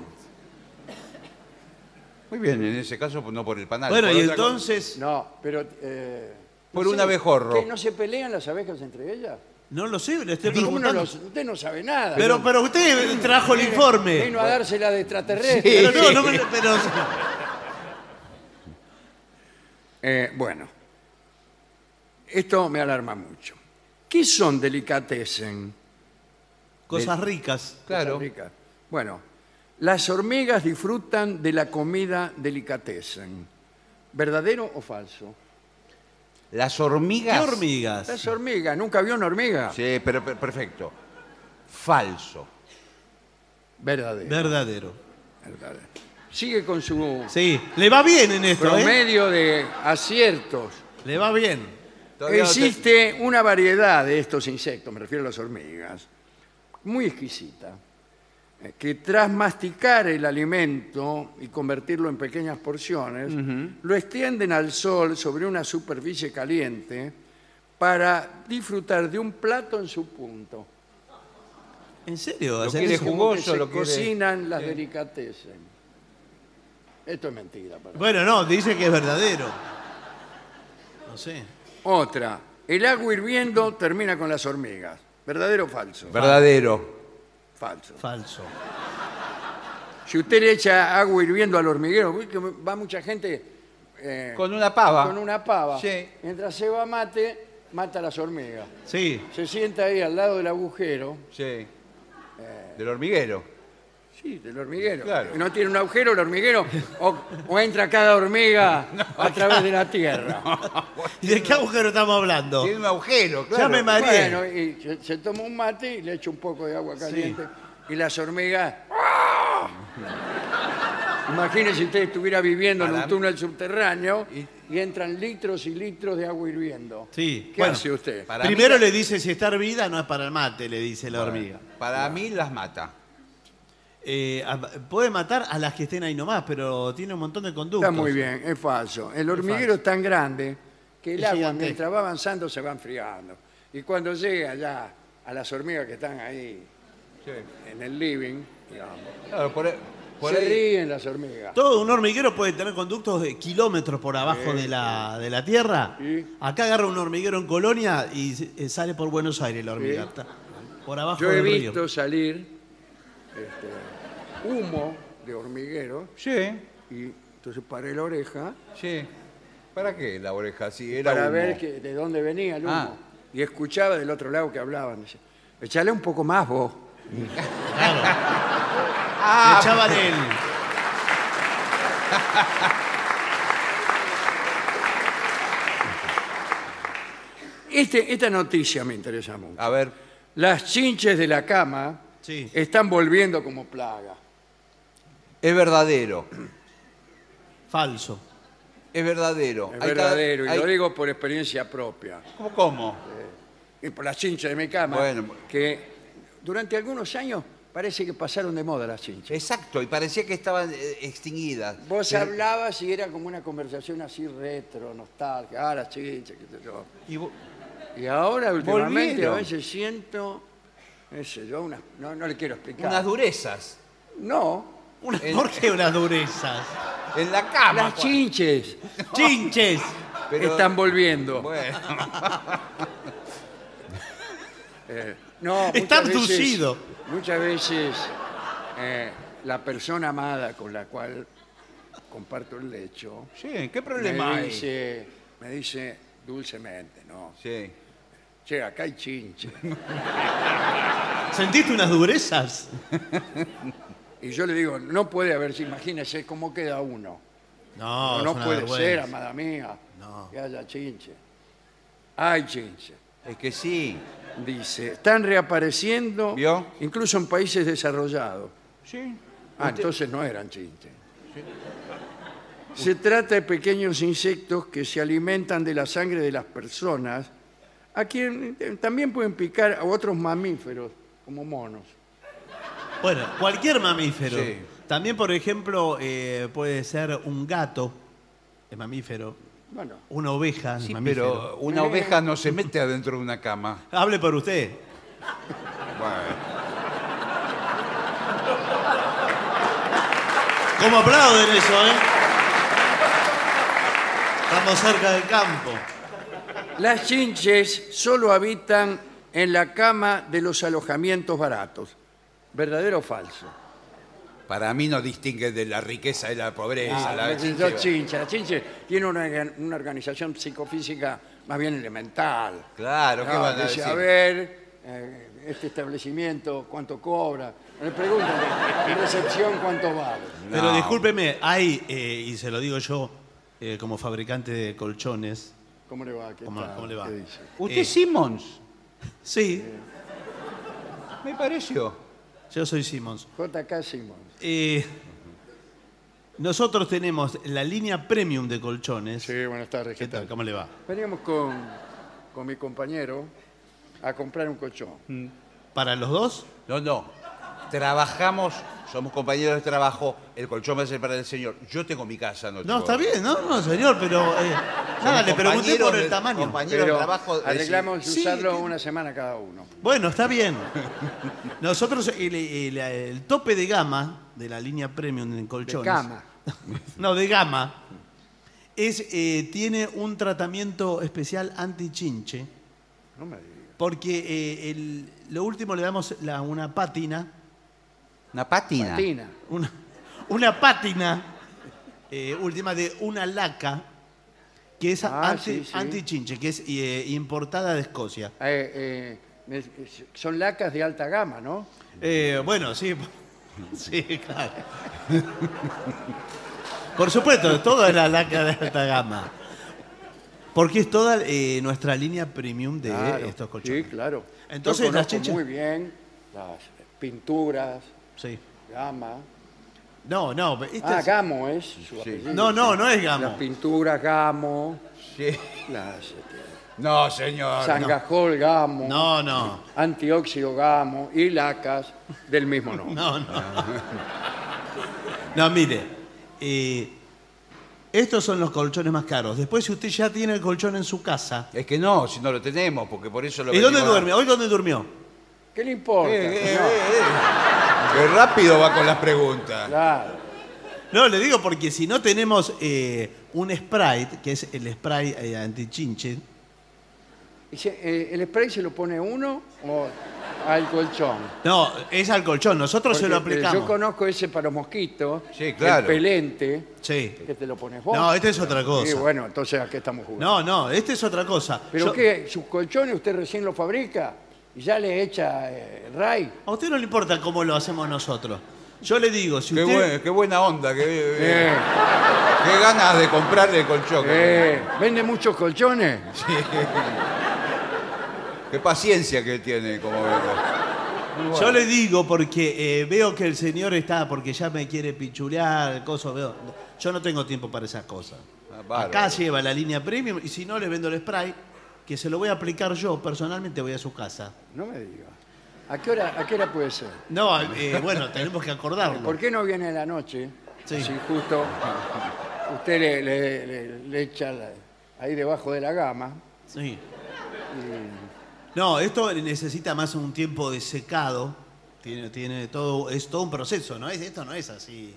[SPEAKER 2] Muy bien, en ese caso pues, no por el panal.
[SPEAKER 3] Bueno,
[SPEAKER 2] por
[SPEAKER 3] y
[SPEAKER 2] otra cosa.
[SPEAKER 3] entonces,
[SPEAKER 1] No, pero... eh,
[SPEAKER 2] Por
[SPEAKER 1] no
[SPEAKER 2] un
[SPEAKER 1] sé,
[SPEAKER 2] abejorro.
[SPEAKER 1] ¿qué, ¿No se pelean las abejas entre ellas?
[SPEAKER 3] no lo sé, le estoy
[SPEAKER 1] ¿Y cómo no
[SPEAKER 3] preguntando.
[SPEAKER 1] lo- usted no sabe nada.
[SPEAKER 3] Pero, pero usted trajo el informe.
[SPEAKER 1] Vino a dársela de extraterrestre.
[SPEAKER 3] Pero no, no me- pero-
[SPEAKER 1] Eh, bueno, esto me alarma mucho. ¿Qué son delicatessen?
[SPEAKER 3] Cosas ricas.
[SPEAKER 2] Claro.
[SPEAKER 1] Costa Rica. Bueno, las hormigas disfrutan de la comida delicatessen. ¿Verdadero o falso?
[SPEAKER 2] Las
[SPEAKER 3] ¿Qué
[SPEAKER 2] hormigas.
[SPEAKER 3] hormigas?
[SPEAKER 1] Las hormigas, ¿nunca vio una hormiga?
[SPEAKER 2] Sí, pero per- perfecto. falso.
[SPEAKER 1] Verdadero.
[SPEAKER 3] Verdadero.
[SPEAKER 1] verdadero. Sigue con su
[SPEAKER 3] Sí, le va bien en esto, ¿eh?
[SPEAKER 1] promedio de aciertos.
[SPEAKER 3] Le va bien.
[SPEAKER 2] Todavía no te-
[SPEAKER 1] Existe una variedad de estos insectos, me refiero a las hormigas, muy exquisita, eh, que tras masticar el alimento y convertirlo en pequeñas porciones, lo extienden al sol sobre una superficie caliente para disfrutar de un plato en su punto.
[SPEAKER 3] ¿En serio?
[SPEAKER 2] Lo
[SPEAKER 3] ¿Hacer
[SPEAKER 2] quiere
[SPEAKER 3] eso?
[SPEAKER 2] jugar.
[SPEAKER 1] Como que
[SPEAKER 2] Jugoso,
[SPEAKER 1] se
[SPEAKER 2] lo quiere-
[SPEAKER 1] cocinan las delicatessen. Esto es mentira. para mí.
[SPEAKER 3] Bueno, no, dice que es verdadero. No sé.
[SPEAKER 1] Otra, el agua hirviendo termina con las hormigas. ¿Verdadero o falso?
[SPEAKER 2] Verdadero.
[SPEAKER 1] Falso.
[SPEAKER 3] Falso.
[SPEAKER 1] Si usted le echa agua hirviendo al hormiguero, uy, que va mucha gente eh,
[SPEAKER 2] Con una pava.
[SPEAKER 1] con una pava.
[SPEAKER 2] Sí.
[SPEAKER 1] Mientras se va mate, mata a las hormigas.
[SPEAKER 3] Sí.
[SPEAKER 1] Se sienta ahí al lado del agujero.
[SPEAKER 2] Sí. Del hormiguero.
[SPEAKER 1] Sí, del hormiguero.
[SPEAKER 2] Claro.
[SPEAKER 1] No tiene un agujero el hormiguero. O, o entra cada hormiga a través de la tierra.
[SPEAKER 3] ¿Y de qué agujero estamos hablando?
[SPEAKER 2] Tiene un agujero, claro.
[SPEAKER 3] Ya me ma- María.
[SPEAKER 1] Bueno, y se, se toma un mate y le echa un poco de agua caliente. Y las hormigas. Imagínense si usted estuviera viviendo en un
[SPEAKER 2] Para-
[SPEAKER 1] túnel subterráneo y entran litros y litros de agua hirviendo.
[SPEAKER 3] Sí,
[SPEAKER 1] ¿Qué
[SPEAKER 3] bueno.
[SPEAKER 1] hace usted?
[SPEAKER 2] Para mí
[SPEAKER 3] Primero
[SPEAKER 2] la-
[SPEAKER 3] le dice si está hervida no es para el mate, le dice la hormiga.
[SPEAKER 2] Para mí las mata.
[SPEAKER 3] Eh, a- puede matar a las que estén ahí nomás, pero tiene un montón de conductas.
[SPEAKER 1] Está muy bien, es falso. El hormiguero es tan grande que el
[SPEAKER 3] Es
[SPEAKER 1] agua
[SPEAKER 3] gigantesco.
[SPEAKER 1] mientras va avanzando se va enfriando. Y cuando llega ya a las hormigas que están ahí en el living, digamos,
[SPEAKER 2] Claro, por, e- por
[SPEAKER 1] se
[SPEAKER 2] ahí-
[SPEAKER 1] ríen las hormigas.
[SPEAKER 3] Todo un hormiguero puede tener conductos de kilómetros por abajo de, la, de la tierra.
[SPEAKER 1] Sí.
[SPEAKER 3] Acá agarra un hormiguero en Colonia y se- eh, sale por Buenos Aires la hormiga.
[SPEAKER 1] Sí.
[SPEAKER 3] Está Por abajo
[SPEAKER 1] Yo he
[SPEAKER 3] del
[SPEAKER 1] visto
[SPEAKER 3] río.
[SPEAKER 1] salir este, humo de hormiguero
[SPEAKER 2] Sí,
[SPEAKER 1] y entonces paré la oreja
[SPEAKER 2] sí. ¿Para qué la oreja? Sí, era
[SPEAKER 1] para
[SPEAKER 2] humo.
[SPEAKER 1] ver que- de dónde venía el humo.
[SPEAKER 2] Ah.
[SPEAKER 1] Y escuchaba del otro lado que hablaban. Decía, Echale un poco más vos.
[SPEAKER 3] Claro. Le
[SPEAKER 2] Ah,
[SPEAKER 3] echaban el.
[SPEAKER 1] Este- esta noticia me interesa mucho.
[SPEAKER 2] a ver.
[SPEAKER 1] Las chinches de la cama
[SPEAKER 3] Sí.
[SPEAKER 1] están volviendo como plaga.
[SPEAKER 2] Es verdadero.
[SPEAKER 3] Falso.
[SPEAKER 2] Es verdadero.
[SPEAKER 1] Es
[SPEAKER 2] Hay cada-
[SPEAKER 1] verdadero, y
[SPEAKER 2] hay-
[SPEAKER 1] lo digo por experiencia propia.
[SPEAKER 2] ¿Cómo? cómo?
[SPEAKER 1] Y por las chinches de mi cama,
[SPEAKER 2] Bueno.
[SPEAKER 1] que durante algunos años parece que pasaron de moda las chinches.
[SPEAKER 2] Exacto, y parecía que estaban eh, extinguidas.
[SPEAKER 1] Vos
[SPEAKER 2] Pero-
[SPEAKER 1] hablabas y era como una conversación así retro, nostálgica, ah, las chinches, qué sé yo.
[SPEAKER 2] y vo-
[SPEAKER 1] Y ahora últimamente
[SPEAKER 2] Volvieron.
[SPEAKER 1] a veces siento, qué sé yo, unas- no, no le quiero explicar.
[SPEAKER 2] unas durezas.
[SPEAKER 1] no,
[SPEAKER 3] Una,
[SPEAKER 2] El-
[SPEAKER 3] ¿Por qué unas durezas?
[SPEAKER 2] En la cama. pues.
[SPEAKER 1] las
[SPEAKER 2] Juan.
[SPEAKER 1] chinches
[SPEAKER 3] ¡Chinches!
[SPEAKER 2] Ah, Pero-
[SPEAKER 1] están volviendo.
[SPEAKER 2] Bueno,
[SPEAKER 1] No,
[SPEAKER 3] Está
[SPEAKER 1] muchas veces-
[SPEAKER 3] abducido.
[SPEAKER 1] Muchas veces eh, la persona amada con la cual comparto el lecho
[SPEAKER 2] sí, ¿qué problema
[SPEAKER 1] me
[SPEAKER 2] hay? Sí.
[SPEAKER 1] dice, me dice dulcemente, ¿no? Che, acá hay chinche.
[SPEAKER 3] ¿Sentiste unas durezas?
[SPEAKER 1] Y yo le digo, no puede haber, imagínese cómo queda uno.
[SPEAKER 3] No,
[SPEAKER 1] no
[SPEAKER 3] es una
[SPEAKER 1] puede ser,
[SPEAKER 3] vergüenza.
[SPEAKER 1] amada mía,
[SPEAKER 3] No.
[SPEAKER 1] que haya chinche. Hay chinche.
[SPEAKER 2] Es que sí.
[SPEAKER 1] Dice, están reapareciendo
[SPEAKER 2] ¿Vio?
[SPEAKER 1] incluso en países desarrollados.
[SPEAKER 2] Sí.
[SPEAKER 1] Ah, entonces no eran chinches. Se trata de pequeños insectos que se alimentan de la sangre de las personas, a quien eh, también pueden picar a otros mamíferos, como monos.
[SPEAKER 3] Bueno, cualquier mamífero.
[SPEAKER 2] Sí.
[SPEAKER 3] También, por ejemplo, eh, puede ser un gato, es mamífero.
[SPEAKER 1] Bueno,
[SPEAKER 3] Una oveja, es
[SPEAKER 2] Sí, pero
[SPEAKER 3] mamífero.
[SPEAKER 2] una
[SPEAKER 1] Eh.
[SPEAKER 2] oveja no se mete adentro de una cama.
[SPEAKER 3] Hable por usted.
[SPEAKER 2] Bueno.
[SPEAKER 3] ¿Cómo aplauden eso, eh? Estamos cerca del campo.
[SPEAKER 1] las chinches solo habitan en la cama de los alojamientos baratos. ¿Verdadero o falso?
[SPEAKER 2] Para mí no distingue de la riqueza y la pobreza.
[SPEAKER 1] Ah,
[SPEAKER 2] la
[SPEAKER 1] me-
[SPEAKER 2] chinche-
[SPEAKER 1] yo chinche. La chinche tiene una, una organización psicofísica más bien elemental.
[SPEAKER 2] Claro, ¿qué
[SPEAKER 1] No,
[SPEAKER 2] van a
[SPEAKER 1] dice,
[SPEAKER 2] decir?
[SPEAKER 1] ver, eh, este establecimiento, ¿cuánto cobra? Le preguntan, en recepción, ¿cuánto vale?
[SPEAKER 3] Pero
[SPEAKER 2] No.
[SPEAKER 3] discúlpeme, hay, eh, y se lo digo yo, eh, como fabricante de colchones.
[SPEAKER 1] ¿Cómo le va? ¿Qué
[SPEAKER 3] ¿Cómo- Eh,
[SPEAKER 1] tal?
[SPEAKER 2] Eh,
[SPEAKER 3] cómo le va?
[SPEAKER 1] ¿Qué dice?
[SPEAKER 2] ¿Usted Simmons?
[SPEAKER 3] Sí.
[SPEAKER 2] Me pareció.
[SPEAKER 3] Yo soy Simmons.
[SPEAKER 1] J.K. Simmons.
[SPEAKER 3] Eh, nosotros tenemos la línea premium de colchones.
[SPEAKER 1] Sí, buenas tardes.
[SPEAKER 3] ¿Qué tal? ¿Cómo le va?
[SPEAKER 1] Veníamos con, con mi compañero a comprar un colchón.
[SPEAKER 3] ¿Para los dos?
[SPEAKER 2] No, no. Trabajamos, somos compañeros de trabajo, el colchón va a ser para el señor. Yo tengo mi casa, no
[SPEAKER 3] No,
[SPEAKER 2] tengo-
[SPEAKER 3] está bien, no, no, señor, pero. eh,
[SPEAKER 2] Somos
[SPEAKER 3] nada, le pregunté
[SPEAKER 2] compañeros
[SPEAKER 3] por
[SPEAKER 2] de-
[SPEAKER 3] el tamaño.
[SPEAKER 2] compañeros de
[SPEAKER 1] Pero
[SPEAKER 2] trabajo. es
[SPEAKER 1] arreglamos
[SPEAKER 3] eh, sí,
[SPEAKER 1] usarlo
[SPEAKER 3] que-
[SPEAKER 1] una semana cada uno.
[SPEAKER 3] Bueno, está bien. Nosotros, el, el- el tope de gama de la línea premium en
[SPEAKER 1] De
[SPEAKER 3] colchones.
[SPEAKER 1] cama.
[SPEAKER 3] No, de gama. Es, eh, tiene un tratamiento especial anti-chinche,
[SPEAKER 1] No me digas.
[SPEAKER 3] porque eh, el- lo último le damos la- una pátina,
[SPEAKER 2] decir, Una patina.
[SPEAKER 1] Tina.
[SPEAKER 3] una, una pátina eh, última de una laca, que es
[SPEAKER 1] Ah,
[SPEAKER 3] anti-
[SPEAKER 1] sí, sí.
[SPEAKER 3] anti-chinche, que es eh, importada de Escocia.
[SPEAKER 1] Eh, eh, me- son lacas de alta gama, ¿no?
[SPEAKER 3] Eh, bueno, sí. Sí, claro. Por supuesto, toda la laca de alta gama. Porque es toda eh, nuestra línea premium de
[SPEAKER 1] Claro,
[SPEAKER 3] estos colchones.
[SPEAKER 1] Sí, claro.
[SPEAKER 3] Entonces,
[SPEAKER 1] Yo
[SPEAKER 3] las
[SPEAKER 1] conozco
[SPEAKER 3] chinches-
[SPEAKER 1] muy bien las pinturas,
[SPEAKER 3] Sí.
[SPEAKER 1] gama.
[SPEAKER 3] No, no. este
[SPEAKER 1] Ah,
[SPEAKER 3] es-
[SPEAKER 1] Gamo es su apellido.
[SPEAKER 3] no, no, no es
[SPEAKER 1] Las
[SPEAKER 3] gamo.
[SPEAKER 1] pinturas Gamo,
[SPEAKER 2] Sí.
[SPEAKER 1] las este,
[SPEAKER 2] No, señor.
[SPEAKER 1] Sangajol Gamo,
[SPEAKER 3] No, no.
[SPEAKER 1] Antióxido Gamo y lacas del mismo nombre.
[SPEAKER 3] No, no. No, mire. eh, estos son los colchones más caros. Después, si usted ya tiene el colchón en su casa.
[SPEAKER 2] Es que no, si no lo tenemos, porque por eso lo
[SPEAKER 3] ¿Y dónde
[SPEAKER 2] venimos a-
[SPEAKER 3] duerme? ¿Hoy dónde durmió?
[SPEAKER 1] ¿Qué le importa?
[SPEAKER 2] Eh, eh,
[SPEAKER 1] señor?
[SPEAKER 2] eh, eh. Qué rápido va con las preguntas.
[SPEAKER 1] Claro.
[SPEAKER 3] No, le digo porque si no tenemos eh, un sprite, que es el spray eh, antichinche,
[SPEAKER 1] Y se- eh, ¿El spray se lo pone uno o al colchón?
[SPEAKER 3] no, es al colchón, nosotros se lo
[SPEAKER 1] Porque, eh,
[SPEAKER 3] aplicamos.
[SPEAKER 1] Yo conozco ese para mosquitos,
[SPEAKER 2] Sí,
[SPEAKER 1] el
[SPEAKER 2] claro.
[SPEAKER 1] pelente,
[SPEAKER 3] Sí.
[SPEAKER 1] que te lo pones vos.
[SPEAKER 3] No, esta es otra
[SPEAKER 1] Y
[SPEAKER 3] cosa.
[SPEAKER 1] bueno, entonces ¿a qué estamos jugando?
[SPEAKER 3] No, no, esta es otra cosa.
[SPEAKER 1] ¿Pero
[SPEAKER 3] Yo-
[SPEAKER 1] qué? ¿Sus colchones usted recién los fabrica? ¿Y ya le echa eh, ray?
[SPEAKER 3] A usted no le importa cómo lo hacemos nosotros. Yo le digo, si
[SPEAKER 2] Qué,
[SPEAKER 3] usted...
[SPEAKER 2] buen- qué buena onda, qué,
[SPEAKER 1] Eh,
[SPEAKER 2] qué ganas de comprarle el colchón.
[SPEAKER 1] eh, ¿Vende muchos colchones?
[SPEAKER 2] Qué paciencia que tiene, como verlo.
[SPEAKER 3] Yo le digo porque eh, veo que el señor está, porque ya me quiere pichulear, cosas, veo. Yo no tengo tiempo para esas cosas.
[SPEAKER 2] Ah, bárbaro.
[SPEAKER 3] Acá lleva la línea premium y si no le vendo el spray, que se lo voy a aplicar yo, personalmente voy a su casa.
[SPEAKER 1] No me diga. ¿A qué hora, a qué hora puede ser?
[SPEAKER 3] No, eh, bueno, tenemos que acordarlo.
[SPEAKER 1] ¿Por qué no viene a la noche?
[SPEAKER 3] Sí.
[SPEAKER 1] Si justo usted le, le- le- le echa la- ahí debajo de la gama.
[SPEAKER 3] Sí.
[SPEAKER 1] Mm.
[SPEAKER 3] No, esto necesita más un tiempo de secado. Tiene, tiene todo, es todo un proceso, ¿no? Es, esto no es así.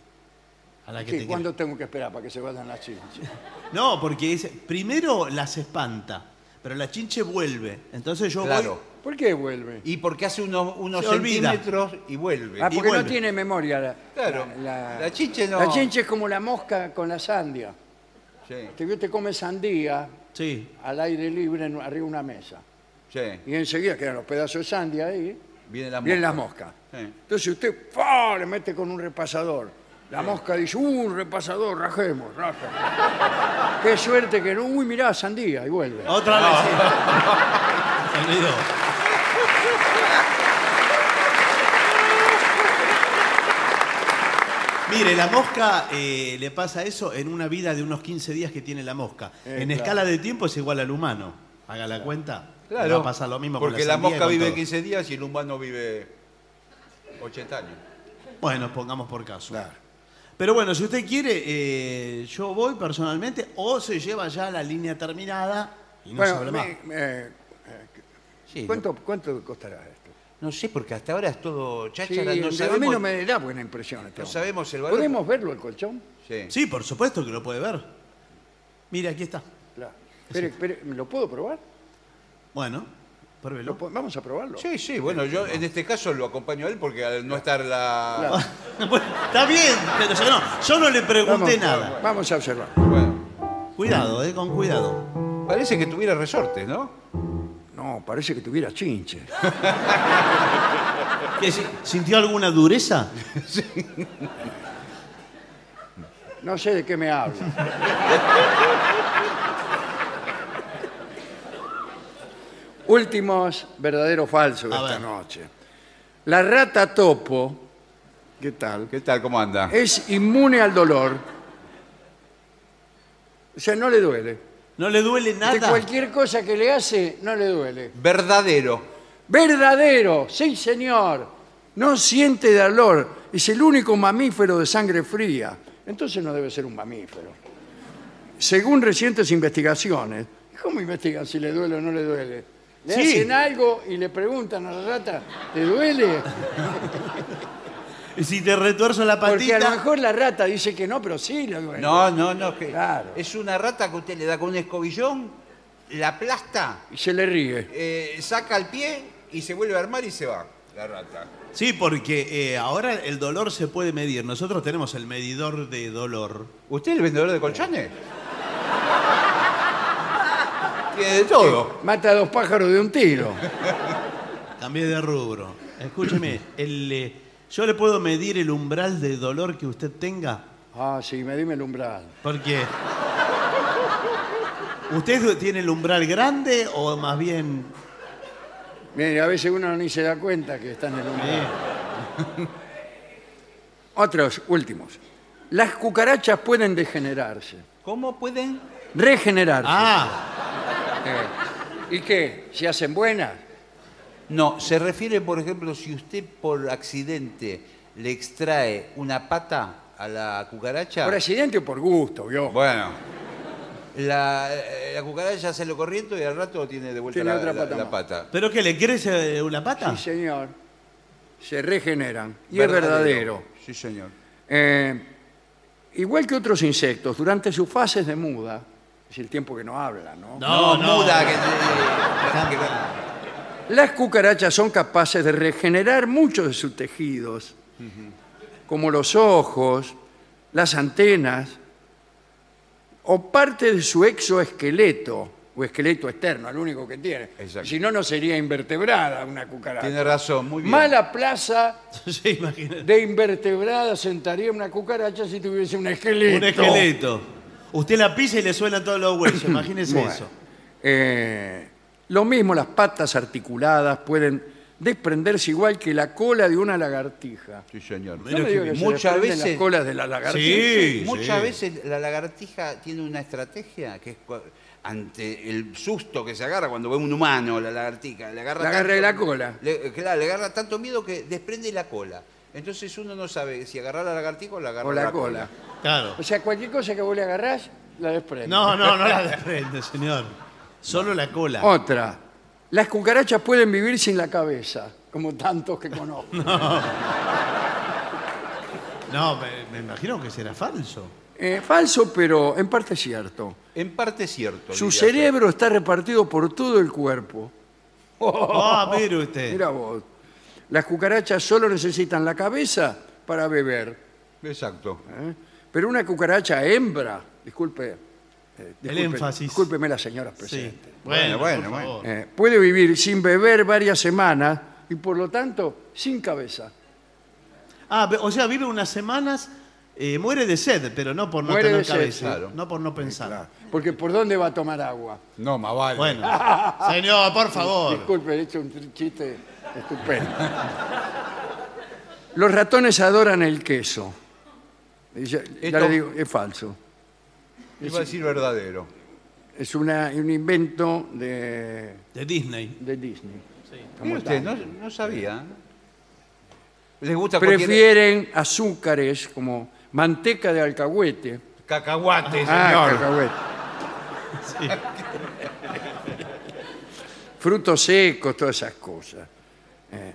[SPEAKER 3] A la que
[SPEAKER 1] Sí,
[SPEAKER 3] te
[SPEAKER 1] ¿Cuándo tengo que esperar para que se vayan las chinches?
[SPEAKER 3] quiera. No, porque es, primero las espanta, pero la chinche vuelve. Entonces yo
[SPEAKER 2] Claro.
[SPEAKER 1] ¿Por qué vuelve?
[SPEAKER 2] Y porque hace unos, unos
[SPEAKER 3] Se olvida.
[SPEAKER 2] centímetros y vuelve.
[SPEAKER 1] Ah,
[SPEAKER 3] y
[SPEAKER 1] porque no
[SPEAKER 3] vuelve.
[SPEAKER 1] tiene memoria. La,
[SPEAKER 2] Claro. La chinche no-
[SPEAKER 1] La chinche es como la mosca con la sandia.
[SPEAKER 2] Sí,
[SPEAKER 1] Te vio, te come sandía
[SPEAKER 3] voy. Sí.
[SPEAKER 1] al aire libre en- arriba de una mesa.
[SPEAKER 2] sí.
[SPEAKER 1] Y enseguida quedan los pedazos de sandia ahí.
[SPEAKER 2] Viene la
[SPEAKER 1] Vienen
[SPEAKER 2] mosca.
[SPEAKER 1] las moscas.
[SPEAKER 2] Sí.
[SPEAKER 1] Entonces usted ¡fa! le mete con un repasador. La mosca dice, ¡uh, un repasador! Rajemos, raja. Qué suerte que no. Uy, mirá, sandía, y vuelve.
[SPEAKER 3] Otra vez. sí. Se olvidó. Mire, la mosca eh, le pasa eso en una vida de unos 15 días que tiene la mosca.
[SPEAKER 1] Eh,
[SPEAKER 3] en
[SPEAKER 1] claro.
[SPEAKER 3] escala de tiempo es igual al humano. Haga la cuenta.
[SPEAKER 2] Claro.
[SPEAKER 3] Le Va a pasar lo mismo con
[SPEAKER 2] Porque
[SPEAKER 3] la,
[SPEAKER 2] la,
[SPEAKER 3] sandía y
[SPEAKER 2] mosca
[SPEAKER 3] con
[SPEAKER 2] vive
[SPEAKER 3] todo.
[SPEAKER 2] 15 días y el humano vive 80 años.
[SPEAKER 3] Bueno, pongamos por caso. Pero bueno, si usted quiere, eh, yo voy personalmente o se lleva ya la línea terminada y no se
[SPEAKER 1] bueno,
[SPEAKER 3] habla más.
[SPEAKER 1] me- me- eh,
[SPEAKER 2] Sí,
[SPEAKER 1] ¿cuánto, ¿cuánto costará esto?
[SPEAKER 2] No sé, porque hasta ahora es todo
[SPEAKER 1] Sí,
[SPEAKER 2] cháchara. no
[SPEAKER 1] A mí
[SPEAKER 2] sabemos,
[SPEAKER 1] no me da buena impresión. este
[SPEAKER 2] no
[SPEAKER 1] hombre.
[SPEAKER 2] sabemos el valor.
[SPEAKER 1] ¿Podemos verlo el colchón?
[SPEAKER 2] Sí.
[SPEAKER 3] Sí, por supuesto que lo puede ver. Mire, aquí está.
[SPEAKER 1] Claro. Espere, espere, ¿Lo puedo probar?
[SPEAKER 3] Bueno,
[SPEAKER 1] ¿Lo
[SPEAKER 3] pruébelo.
[SPEAKER 1] po- vamos a probarlo.
[SPEAKER 2] Sí, sí, bueno, yo en este caso lo acompaño a él porque al no estar la...
[SPEAKER 1] Claro.
[SPEAKER 3] Bueno, está bien, pero yo no, yo no le
[SPEAKER 1] Vamos,
[SPEAKER 3] pregunté nada.
[SPEAKER 1] Vamos a observar.
[SPEAKER 2] Bueno,
[SPEAKER 3] Cuidado, eh, con cuidado.
[SPEAKER 2] parece que tuviera resortes, ¿no?
[SPEAKER 1] No, parece que tuviera chinche.
[SPEAKER 3] ¿Qué, si- ¿Sintió alguna dureza?
[SPEAKER 1] No sé de qué me habla. Últimos verdaderos falsos de
[SPEAKER 3] A
[SPEAKER 1] esta
[SPEAKER 3] ver.
[SPEAKER 1] noche. La rata topo, ¿qué tal?
[SPEAKER 2] ¿Qué tal? ¿Cómo anda?
[SPEAKER 1] Es inmune al dolor. O sea, no le duele.
[SPEAKER 3] No le duele
[SPEAKER 1] De
[SPEAKER 3] nada.
[SPEAKER 1] cualquier cosa que le hace, no le duele.
[SPEAKER 2] Verdadero.
[SPEAKER 1] Verdadero, sí señor. No siente dolor. Es el único mamífero de sangre fría. Entonces no debe ser un mamífero. Según recientes investigaciones, ¿cómo investigan si le duele o no le duele? Le
[SPEAKER 3] Sí.
[SPEAKER 1] hacen algo y le preguntan a la rata, ¿te duele?
[SPEAKER 3] Y si te retuerzo la
[SPEAKER 1] Porque a lo
[SPEAKER 3] patita.
[SPEAKER 1] mejor la rata dice que no, pero sí le duele.
[SPEAKER 2] No, no, no. que-
[SPEAKER 1] Claro.
[SPEAKER 2] Es una rata que usted le da con un escobillón, la aplasta,
[SPEAKER 1] Y se le ríe.
[SPEAKER 2] eh, saca el pie y se vuelve a armar y se va la rata.
[SPEAKER 3] Sí, porque eh, ahora el dolor se puede medir. Nosotros tenemos el medidor de dolor.
[SPEAKER 2] ¿Usted es el vendedor de colchones? Tiene de todo.
[SPEAKER 1] Mata a dos pájaros de un tiro.
[SPEAKER 3] Cambié de rubro. Escúcheme, el, eh, yo le puedo medir el umbral de dolor que usted tenga,
[SPEAKER 1] Ah, sí, me dime el umbral.
[SPEAKER 3] porque usted tiene el umbral grande o más bien
[SPEAKER 1] Mire, a veces uno ni se da cuenta que está en el umbral.
[SPEAKER 3] eh,
[SPEAKER 1] Otros últimos. Las cucarachas pueden degenerarse,
[SPEAKER 2] ¿Cómo pueden?
[SPEAKER 1] regenerarse.
[SPEAKER 3] ah,
[SPEAKER 1] Eh, ¿Y qué? ¿Se hacen buenas?
[SPEAKER 2] No, se refiere, por ejemplo, si usted por accidente le extrae una pata a la cucaracha.
[SPEAKER 1] ¿Por accidente o por gusto, vio?
[SPEAKER 2] Bueno. La, eh, la cucaracha hace lo corriente y al rato tiene de vuelta
[SPEAKER 1] Tiene
[SPEAKER 2] la,
[SPEAKER 1] otra
[SPEAKER 2] la-
[SPEAKER 1] pata
[SPEAKER 2] la
[SPEAKER 1] más.
[SPEAKER 2] pata.
[SPEAKER 3] pero que le crece eh, una pata.
[SPEAKER 1] Sí, señor. Se regeneran. Y es verdadero.
[SPEAKER 2] Sí, señor.
[SPEAKER 1] Eh, igual que otros insectos, durante sus fases de muda, es el tiempo que no hablan, ¿no?
[SPEAKER 2] No, muda. que-
[SPEAKER 1] Las cucarachas son capaces de regenerar muchos de sus tejidos, como los ojos, las antenas o parte de su exoesqueleto o esqueleto externo, el único que tiene.
[SPEAKER 2] Exacto.
[SPEAKER 1] Si no, no sería invertebrada una cucaracha.
[SPEAKER 2] tiene razón, muy bien.
[SPEAKER 1] Mala plaza
[SPEAKER 3] Sí, imagínate.
[SPEAKER 1] de invertebrada sentaría una cucaracha si tuviese un esqueleto.
[SPEAKER 3] Un esqueleto. Usted la pisa y le suenan todos los huesos, imagínese
[SPEAKER 1] Bueno,
[SPEAKER 3] eso.
[SPEAKER 1] eh, lo mismo las patas articuladas pueden desprenderse igual que la cola de una lagartija.
[SPEAKER 2] Sí, señor.
[SPEAKER 1] No me diga que se
[SPEAKER 2] Muchas
[SPEAKER 1] desprenden
[SPEAKER 2] veces-
[SPEAKER 1] las colas de la lagartija.
[SPEAKER 3] Sí,
[SPEAKER 2] Muchas
[SPEAKER 3] sí.
[SPEAKER 2] veces la lagartija tiene una estrategia que es cua- ante el susto que se agarra cuando ve un humano, la lagartija, le agarra,
[SPEAKER 1] La agarra de la cola.
[SPEAKER 2] le- eh, claro, le agarra tanto miedo que desprende la cola. Entonces uno no sabe si agarrar la lagartija o la agarrar
[SPEAKER 1] O la
[SPEAKER 2] la
[SPEAKER 1] cola.
[SPEAKER 3] Claro.
[SPEAKER 1] O sea, cualquier cosa que vos le agarrás, la desprende.
[SPEAKER 3] No, no, no la desprende, señor. Solo la cola.
[SPEAKER 1] Otra. Las cucarachas pueden vivir sin la cabeza, como tantos que conozco.
[SPEAKER 3] No, me, me imagino que será falso.
[SPEAKER 1] Eh, falso, pero en parte cierto.
[SPEAKER 2] En parte es cierto.
[SPEAKER 1] Su
[SPEAKER 2] diría
[SPEAKER 1] cerebro está repartido por todo el cuerpo.
[SPEAKER 3] Ah, mire usted.
[SPEAKER 1] Oh. Mira vos. Las cucarachas solo necesitan la cabeza para beber.
[SPEAKER 2] yo. Exacto.
[SPEAKER 1] ¿eh? Pero una cucaracha hembra, disculpe, eh, disculpe-
[SPEAKER 3] énfasis.
[SPEAKER 1] discúlpeme las señoras
[SPEAKER 3] Sí.
[SPEAKER 1] presentes,
[SPEAKER 2] Bueno,
[SPEAKER 3] Bueno, bueno,
[SPEAKER 2] bueno,
[SPEAKER 3] bueno.
[SPEAKER 1] eh, puede vivir sin beber varias semanas y por lo tanto sin cabeza.
[SPEAKER 3] Ah, ve- o sea, vive unas semanas, eh, muere de sed, pero no por no
[SPEAKER 1] Muere de
[SPEAKER 3] tener
[SPEAKER 1] sed,
[SPEAKER 3] cabeza. ¿eh?
[SPEAKER 2] claro.
[SPEAKER 3] No por no pensar.
[SPEAKER 1] Porque ¿por dónde va a tomar agua?
[SPEAKER 2] No, más vale.
[SPEAKER 3] Bueno. señor, por favor.
[SPEAKER 1] Disculpe, he hecho un chiste estupendo. Los ratones adoran el queso. Y Ya, ya
[SPEAKER 2] Esto-
[SPEAKER 1] le digo, es falso.
[SPEAKER 2] Iba a decir verdadero.
[SPEAKER 1] Es una- un invento de,
[SPEAKER 3] De Disney.
[SPEAKER 1] de Disney. Como
[SPEAKER 2] Mire usted,
[SPEAKER 1] tal.
[SPEAKER 2] no, no sabía. ¿eh? Les gusta cualquier
[SPEAKER 1] Prefieren azúcares como manteca de alcahuete.
[SPEAKER 2] cacahuate,
[SPEAKER 1] Ah,
[SPEAKER 2] señor.
[SPEAKER 1] cacahuete. Frutos secos, todas esas cosas. Eh,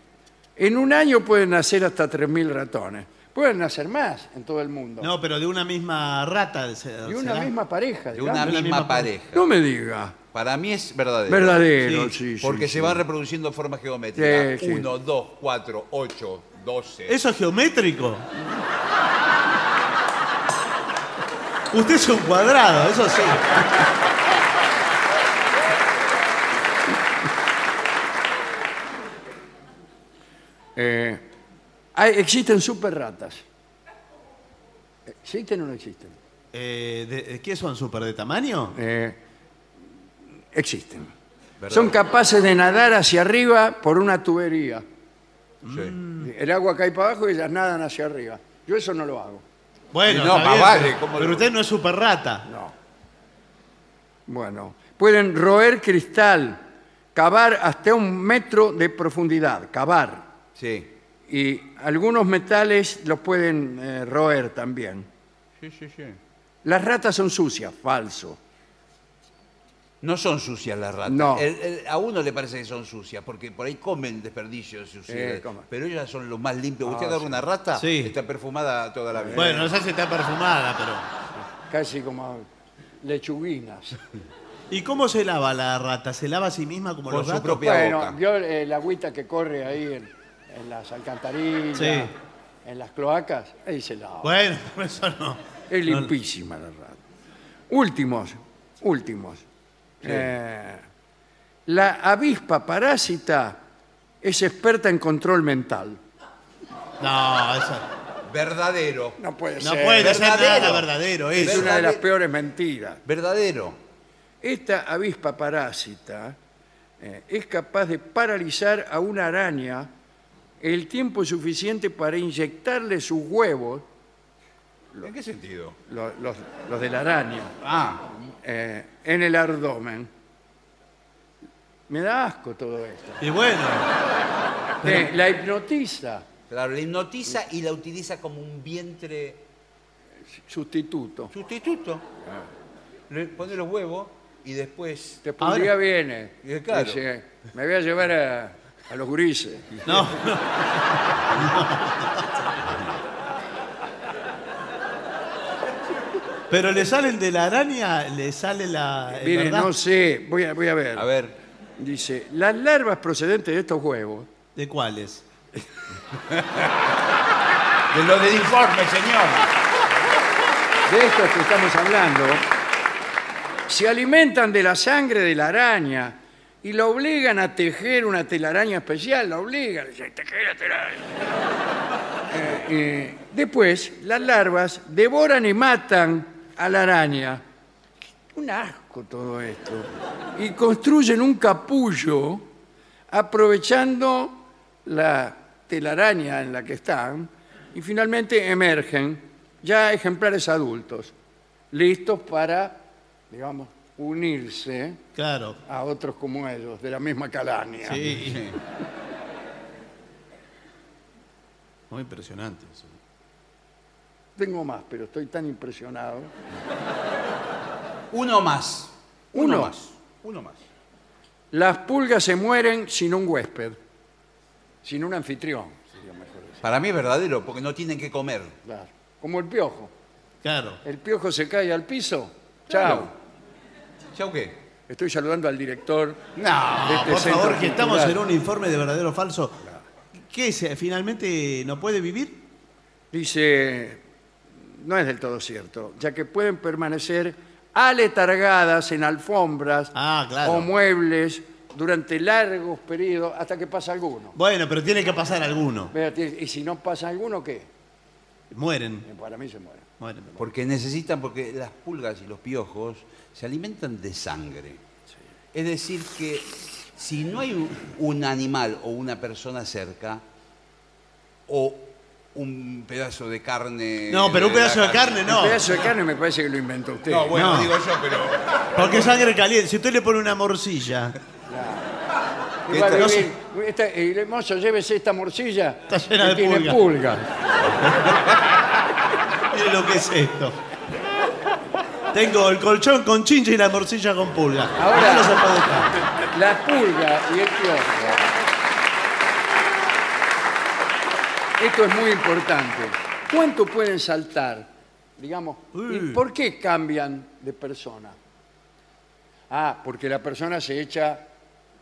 [SPEAKER 1] en un año pueden nacer hasta 3.000 ratones. Pueden nacer más en todo el mundo.
[SPEAKER 3] No, pero de una misma rata. se-
[SPEAKER 1] y una
[SPEAKER 3] será.
[SPEAKER 1] misma pareja.
[SPEAKER 2] de una
[SPEAKER 1] digamos.
[SPEAKER 3] la
[SPEAKER 2] misma
[SPEAKER 3] misma
[SPEAKER 2] pareja.
[SPEAKER 1] No me diga.
[SPEAKER 2] Para mí es verdadero.
[SPEAKER 1] Verdadero,
[SPEAKER 3] Sí,
[SPEAKER 1] sí, sí,
[SPEAKER 2] Porque
[SPEAKER 1] sí.
[SPEAKER 2] se van reproduciendo en forma geométrica.
[SPEAKER 1] Sí, sí.
[SPEAKER 2] 1, 2, 4, 8, 12.
[SPEAKER 3] ¿Eso es geométrico? Usted es un cuadrado, eso sí.
[SPEAKER 1] Eh, hay- existen super ratas. ¿Existen o no existen?
[SPEAKER 3] Eh, de- de- ¿Qué son? ¿Súper de tamaño?
[SPEAKER 1] Eh, existen.
[SPEAKER 2] Verdadero.
[SPEAKER 1] Son capaces de nadar hacia arriba por una tubería.
[SPEAKER 2] Sí.
[SPEAKER 1] El agua cae para abajo y ellas nadan hacia arriba. Yo eso no lo hago.
[SPEAKER 3] Bueno,
[SPEAKER 2] No,
[SPEAKER 3] está
[SPEAKER 2] más
[SPEAKER 3] bien,
[SPEAKER 2] vale,
[SPEAKER 3] pero-
[SPEAKER 2] ¿cómo
[SPEAKER 3] pero
[SPEAKER 2] no?
[SPEAKER 3] usted no es super rata.
[SPEAKER 1] No. Bueno, pueden roer cristal, cavar hasta un metro de profundidad, cavar.
[SPEAKER 2] Sí.
[SPEAKER 1] Y algunos metales los pueden eh, roer también.
[SPEAKER 2] Sí, sí, sí.
[SPEAKER 1] Las ratas son sucias, falso.
[SPEAKER 2] No son sucias las ratas.
[SPEAKER 1] No.
[SPEAKER 2] El- el- a uno le parece que son sucias, porque por ahí comen desperdicios, suciedad.
[SPEAKER 1] Eh, comen. Ah,
[SPEAKER 2] pero ellas son los más limpios. Usted agarra una rata,
[SPEAKER 3] Sí.
[SPEAKER 2] está perfumada toda la vida.
[SPEAKER 3] Bueno, esa sí está perfumada, pero.
[SPEAKER 1] Casi como lechuguinas.
[SPEAKER 3] ¿Y cómo se lava la rata? ¿Se lava a sí misma como
[SPEAKER 2] Con
[SPEAKER 3] los
[SPEAKER 2] su
[SPEAKER 3] gatos?
[SPEAKER 2] propia- boca.
[SPEAKER 1] Bueno, vio eh, la agüita que corre ahí en, en las alcantarillas,
[SPEAKER 3] Sí.
[SPEAKER 1] en las cloacas, ahí se lava.
[SPEAKER 3] Bueno, eso no.
[SPEAKER 1] Es limpísima la rata. Últimos, últimos. Eh, la avispa parásita es experta en control mental.
[SPEAKER 3] No, eso.
[SPEAKER 2] Verdadero.
[SPEAKER 1] No puede
[SPEAKER 3] No
[SPEAKER 1] ser.
[SPEAKER 3] puede ser nada
[SPEAKER 2] verdadero.
[SPEAKER 3] verdadero
[SPEAKER 1] Es
[SPEAKER 3] eso.
[SPEAKER 1] una de las peores mentiras.
[SPEAKER 2] Verdadero.
[SPEAKER 1] Esta avispa parásita eh, es capaz de paralizar a una araña el tiempo suficiente para inyectarle sus huevos,
[SPEAKER 2] ¿En qué sentido?
[SPEAKER 1] lo- los, los de la araña,
[SPEAKER 2] Ah,
[SPEAKER 1] eh, en el abdomen. Me da asco todo esto.
[SPEAKER 3] Y bueno,
[SPEAKER 1] Eh, la hipnotiza,
[SPEAKER 2] claro, la hipnotiza y la utiliza como un vientre
[SPEAKER 1] sustituto.
[SPEAKER 2] sustituto. Le pone los huevos y después.
[SPEAKER 1] Después un
[SPEAKER 3] Ahora-
[SPEAKER 1] día viene.
[SPEAKER 2] Y claro.
[SPEAKER 1] eh. dice, me voy a llevar a, a los gurises.
[SPEAKER 3] no. Pero le salen de la araña, le sale la. es
[SPEAKER 1] Mire,
[SPEAKER 3] ¿verdad?
[SPEAKER 1] no sé, voy a, voy a ver.
[SPEAKER 2] A ver.
[SPEAKER 1] Dice, las larvas procedentes de estos huevos
[SPEAKER 3] ¿De cuáles?
[SPEAKER 2] De lo del informe, señor.
[SPEAKER 1] de estos que estamos hablando, se alimentan de la sangre de la araña y la obligan a tejer una telaraña especial, la obligan, dice, tejer la telaraña. Eh, eh, después, las larvas devoran y matan a la araña. Un asco todo esto. Y construyen un capullo aprovechando la telaraña en la que están y finalmente emergen ya ejemplares adultos, listos para, digamos, unirse
[SPEAKER 3] Claro.
[SPEAKER 1] a otros como ellos, de la misma calaña.
[SPEAKER 3] Sí. Muy impresionante eso.
[SPEAKER 1] Tengo más, pero estoy tan impresionado.
[SPEAKER 2] Uno más.
[SPEAKER 1] Uno.
[SPEAKER 2] más. Uno más.
[SPEAKER 1] Las pulgas se mueren sin un huésped, sin un anfitrión, sería mejor decir.
[SPEAKER 2] Para mí es verdadero, porque no tienen que comer.
[SPEAKER 1] Claro. Como el piojo.
[SPEAKER 3] Claro.
[SPEAKER 1] El piojo se cae al piso.
[SPEAKER 2] Claro.
[SPEAKER 1] Chao.
[SPEAKER 2] ¿Ya o qué?
[SPEAKER 1] Estoy saludando al director. de
[SPEAKER 2] No.
[SPEAKER 1] este
[SPEAKER 3] Ah, Por
[SPEAKER 1] centro
[SPEAKER 3] favor, que estamos en
[SPEAKER 1] cultural.
[SPEAKER 3] un informe de verdadero o falso. ¿Qué es? eh, ¿Finalmente no puede vivir?
[SPEAKER 1] Dice, no es del todo cierto, ya que pueden permanecer aletargadas en alfombras
[SPEAKER 3] Ah, claro.
[SPEAKER 1] o muebles durante largos periodos hasta que pasa alguno.
[SPEAKER 3] Bueno, pero tiene que pasar alguno.
[SPEAKER 1] Vea, tiene- Y si no pasa alguno, ¿qué?
[SPEAKER 3] Mueren.
[SPEAKER 1] Eh, Para mí se muere.
[SPEAKER 3] Mueren.
[SPEAKER 2] Porque necesitan, porque las pulgas y los piojos se alimentan de sangre. Es decir, que si no hay un- un animal o una persona cerca, o un pedazo de carne.
[SPEAKER 3] No, pero un
[SPEAKER 2] la
[SPEAKER 3] pedazo de carne no.
[SPEAKER 1] El pedazo de carne me parece que lo inventó usted.
[SPEAKER 2] No, bueno,
[SPEAKER 3] No.
[SPEAKER 2] digo yo, pero.
[SPEAKER 3] Porque es sangre caliente. Si usted le pone una morcilla,
[SPEAKER 1] Y va a
[SPEAKER 3] Esta-
[SPEAKER 1] vivir- esta- este, el hermoso, llévese esta morcilla
[SPEAKER 3] Está llena
[SPEAKER 1] que
[SPEAKER 3] de
[SPEAKER 1] tiene pulgas.
[SPEAKER 3] pulgas. mire lo que es esto. Tengo el colchón con chinche y la morcilla con pulga.
[SPEAKER 1] Ahora-
[SPEAKER 3] Acá no se puede estar.
[SPEAKER 1] La pulga y el piojo. Esto es muy importante. ¿Cuánto pueden saltar? Digamos, ¿y
[SPEAKER 3] Mm.
[SPEAKER 1] por qué cambian de persona? Ah, porque la persona se echa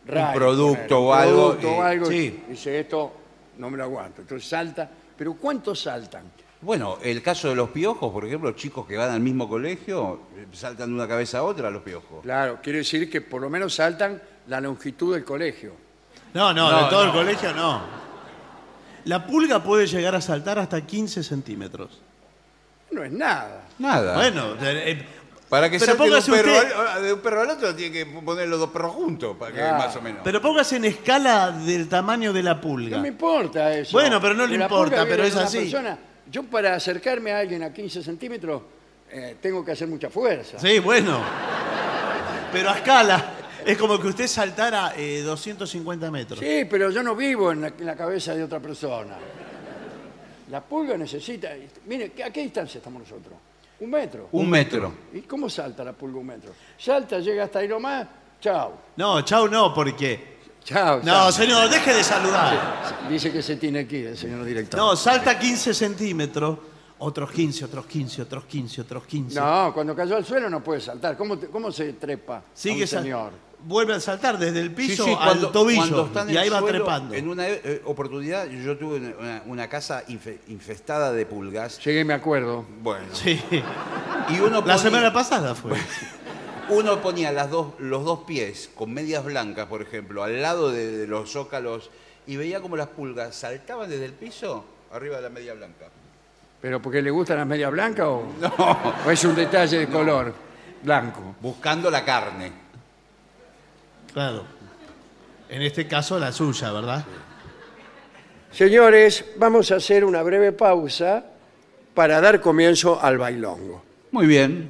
[SPEAKER 1] rayos,
[SPEAKER 2] producto
[SPEAKER 1] ponele,
[SPEAKER 2] o algo,
[SPEAKER 1] producto o
[SPEAKER 2] y-
[SPEAKER 1] algo y,
[SPEAKER 3] sí.
[SPEAKER 1] dice esto no me lo aguanto. Entonces salta, pero ¿cuántos saltan?
[SPEAKER 2] Bueno, el caso de los piojos, por ejemplo, chicos que van al mismo colegio, eh, saltan de una cabeza a otra los piojos.
[SPEAKER 1] Claro, quiere decir que por lo menos saltan la longitud del colegio.
[SPEAKER 3] No, no, de
[SPEAKER 2] No,
[SPEAKER 3] todo el
[SPEAKER 2] no.
[SPEAKER 3] colegio no. La pulga puede llegar a saltar hasta 15 centímetros.
[SPEAKER 1] No es nada.
[SPEAKER 2] Nada.
[SPEAKER 3] Bueno, eh, eh,
[SPEAKER 2] Para que
[SPEAKER 3] Pero
[SPEAKER 2] salte de un,
[SPEAKER 3] póngase
[SPEAKER 2] perro
[SPEAKER 3] usted-
[SPEAKER 2] al, de un perro al otro, tiene que poner los dos perros juntos, para que
[SPEAKER 1] Claro.
[SPEAKER 2] más o menos.
[SPEAKER 3] Pero póngase en escala del tamaño de la pulga.
[SPEAKER 1] No me importa eso.
[SPEAKER 3] Bueno, pero no le
[SPEAKER 1] La
[SPEAKER 3] importa,
[SPEAKER 1] pulga viene
[SPEAKER 3] pero
[SPEAKER 1] de
[SPEAKER 3] es
[SPEAKER 1] una
[SPEAKER 3] así.
[SPEAKER 1] persona. Yo para acercarme a alguien a 15 centímetros eh, tengo que hacer mucha fuerza.
[SPEAKER 3] Sí, bueno. Pero a escala. Es como que usted saltara eh, 250 metros.
[SPEAKER 1] Sí, pero yo no vivo en la, en la cabeza de otra persona. La pulga necesita... Mire, ¿a qué distancia estamos nosotros? Un metro.
[SPEAKER 2] un metro.
[SPEAKER 1] ¿Y cómo salta la pulga un metro? Salta, llega hasta ahí nomás, chao.
[SPEAKER 3] No, chau no, porque...
[SPEAKER 1] Chao.
[SPEAKER 3] No, señor, deje de saludar.
[SPEAKER 1] Dice que se tiene que ir el señor director.
[SPEAKER 3] No, salta 15 centímetros. Otros 15, otros 15, otros 15, otros 15.
[SPEAKER 1] No, cuando cayó al suelo no puede saltar. ¿Cómo, te- cómo se trepa a
[SPEAKER 3] Sigue
[SPEAKER 1] un
[SPEAKER 3] sal-
[SPEAKER 1] señor?
[SPEAKER 3] Vuelve a saltar desde el
[SPEAKER 2] Sí,
[SPEAKER 3] piso
[SPEAKER 2] sí,
[SPEAKER 3] al tobillo.
[SPEAKER 2] cuando está en
[SPEAKER 3] Y
[SPEAKER 2] el
[SPEAKER 3] ahí va
[SPEAKER 2] suelo,
[SPEAKER 3] trepando.
[SPEAKER 2] En una eh, oportunidad yo tuve una, una- una casa infe- infestada de pulgas.
[SPEAKER 1] Llegué, me acuerdo.
[SPEAKER 2] Bueno.
[SPEAKER 3] Sí.
[SPEAKER 2] Y uno
[SPEAKER 3] La
[SPEAKER 2] ponía-
[SPEAKER 3] semana pasada fue.
[SPEAKER 2] Uno ponía las dos, los dos pies con medias blancas, por ejemplo, al lado de, de los zócalos y veía como las pulgas saltaban desde el piso arriba de la media blanca.
[SPEAKER 1] ¿Pero porque le gustan las medias blancas o,
[SPEAKER 2] No,
[SPEAKER 1] o es un detalle de color blanco?
[SPEAKER 2] buscando la carne.
[SPEAKER 3] Claro. En este caso la suya, ¿verdad?
[SPEAKER 1] Señores, vamos a hacer una breve pausa para dar comienzo al bailongo.
[SPEAKER 2] Muy bien.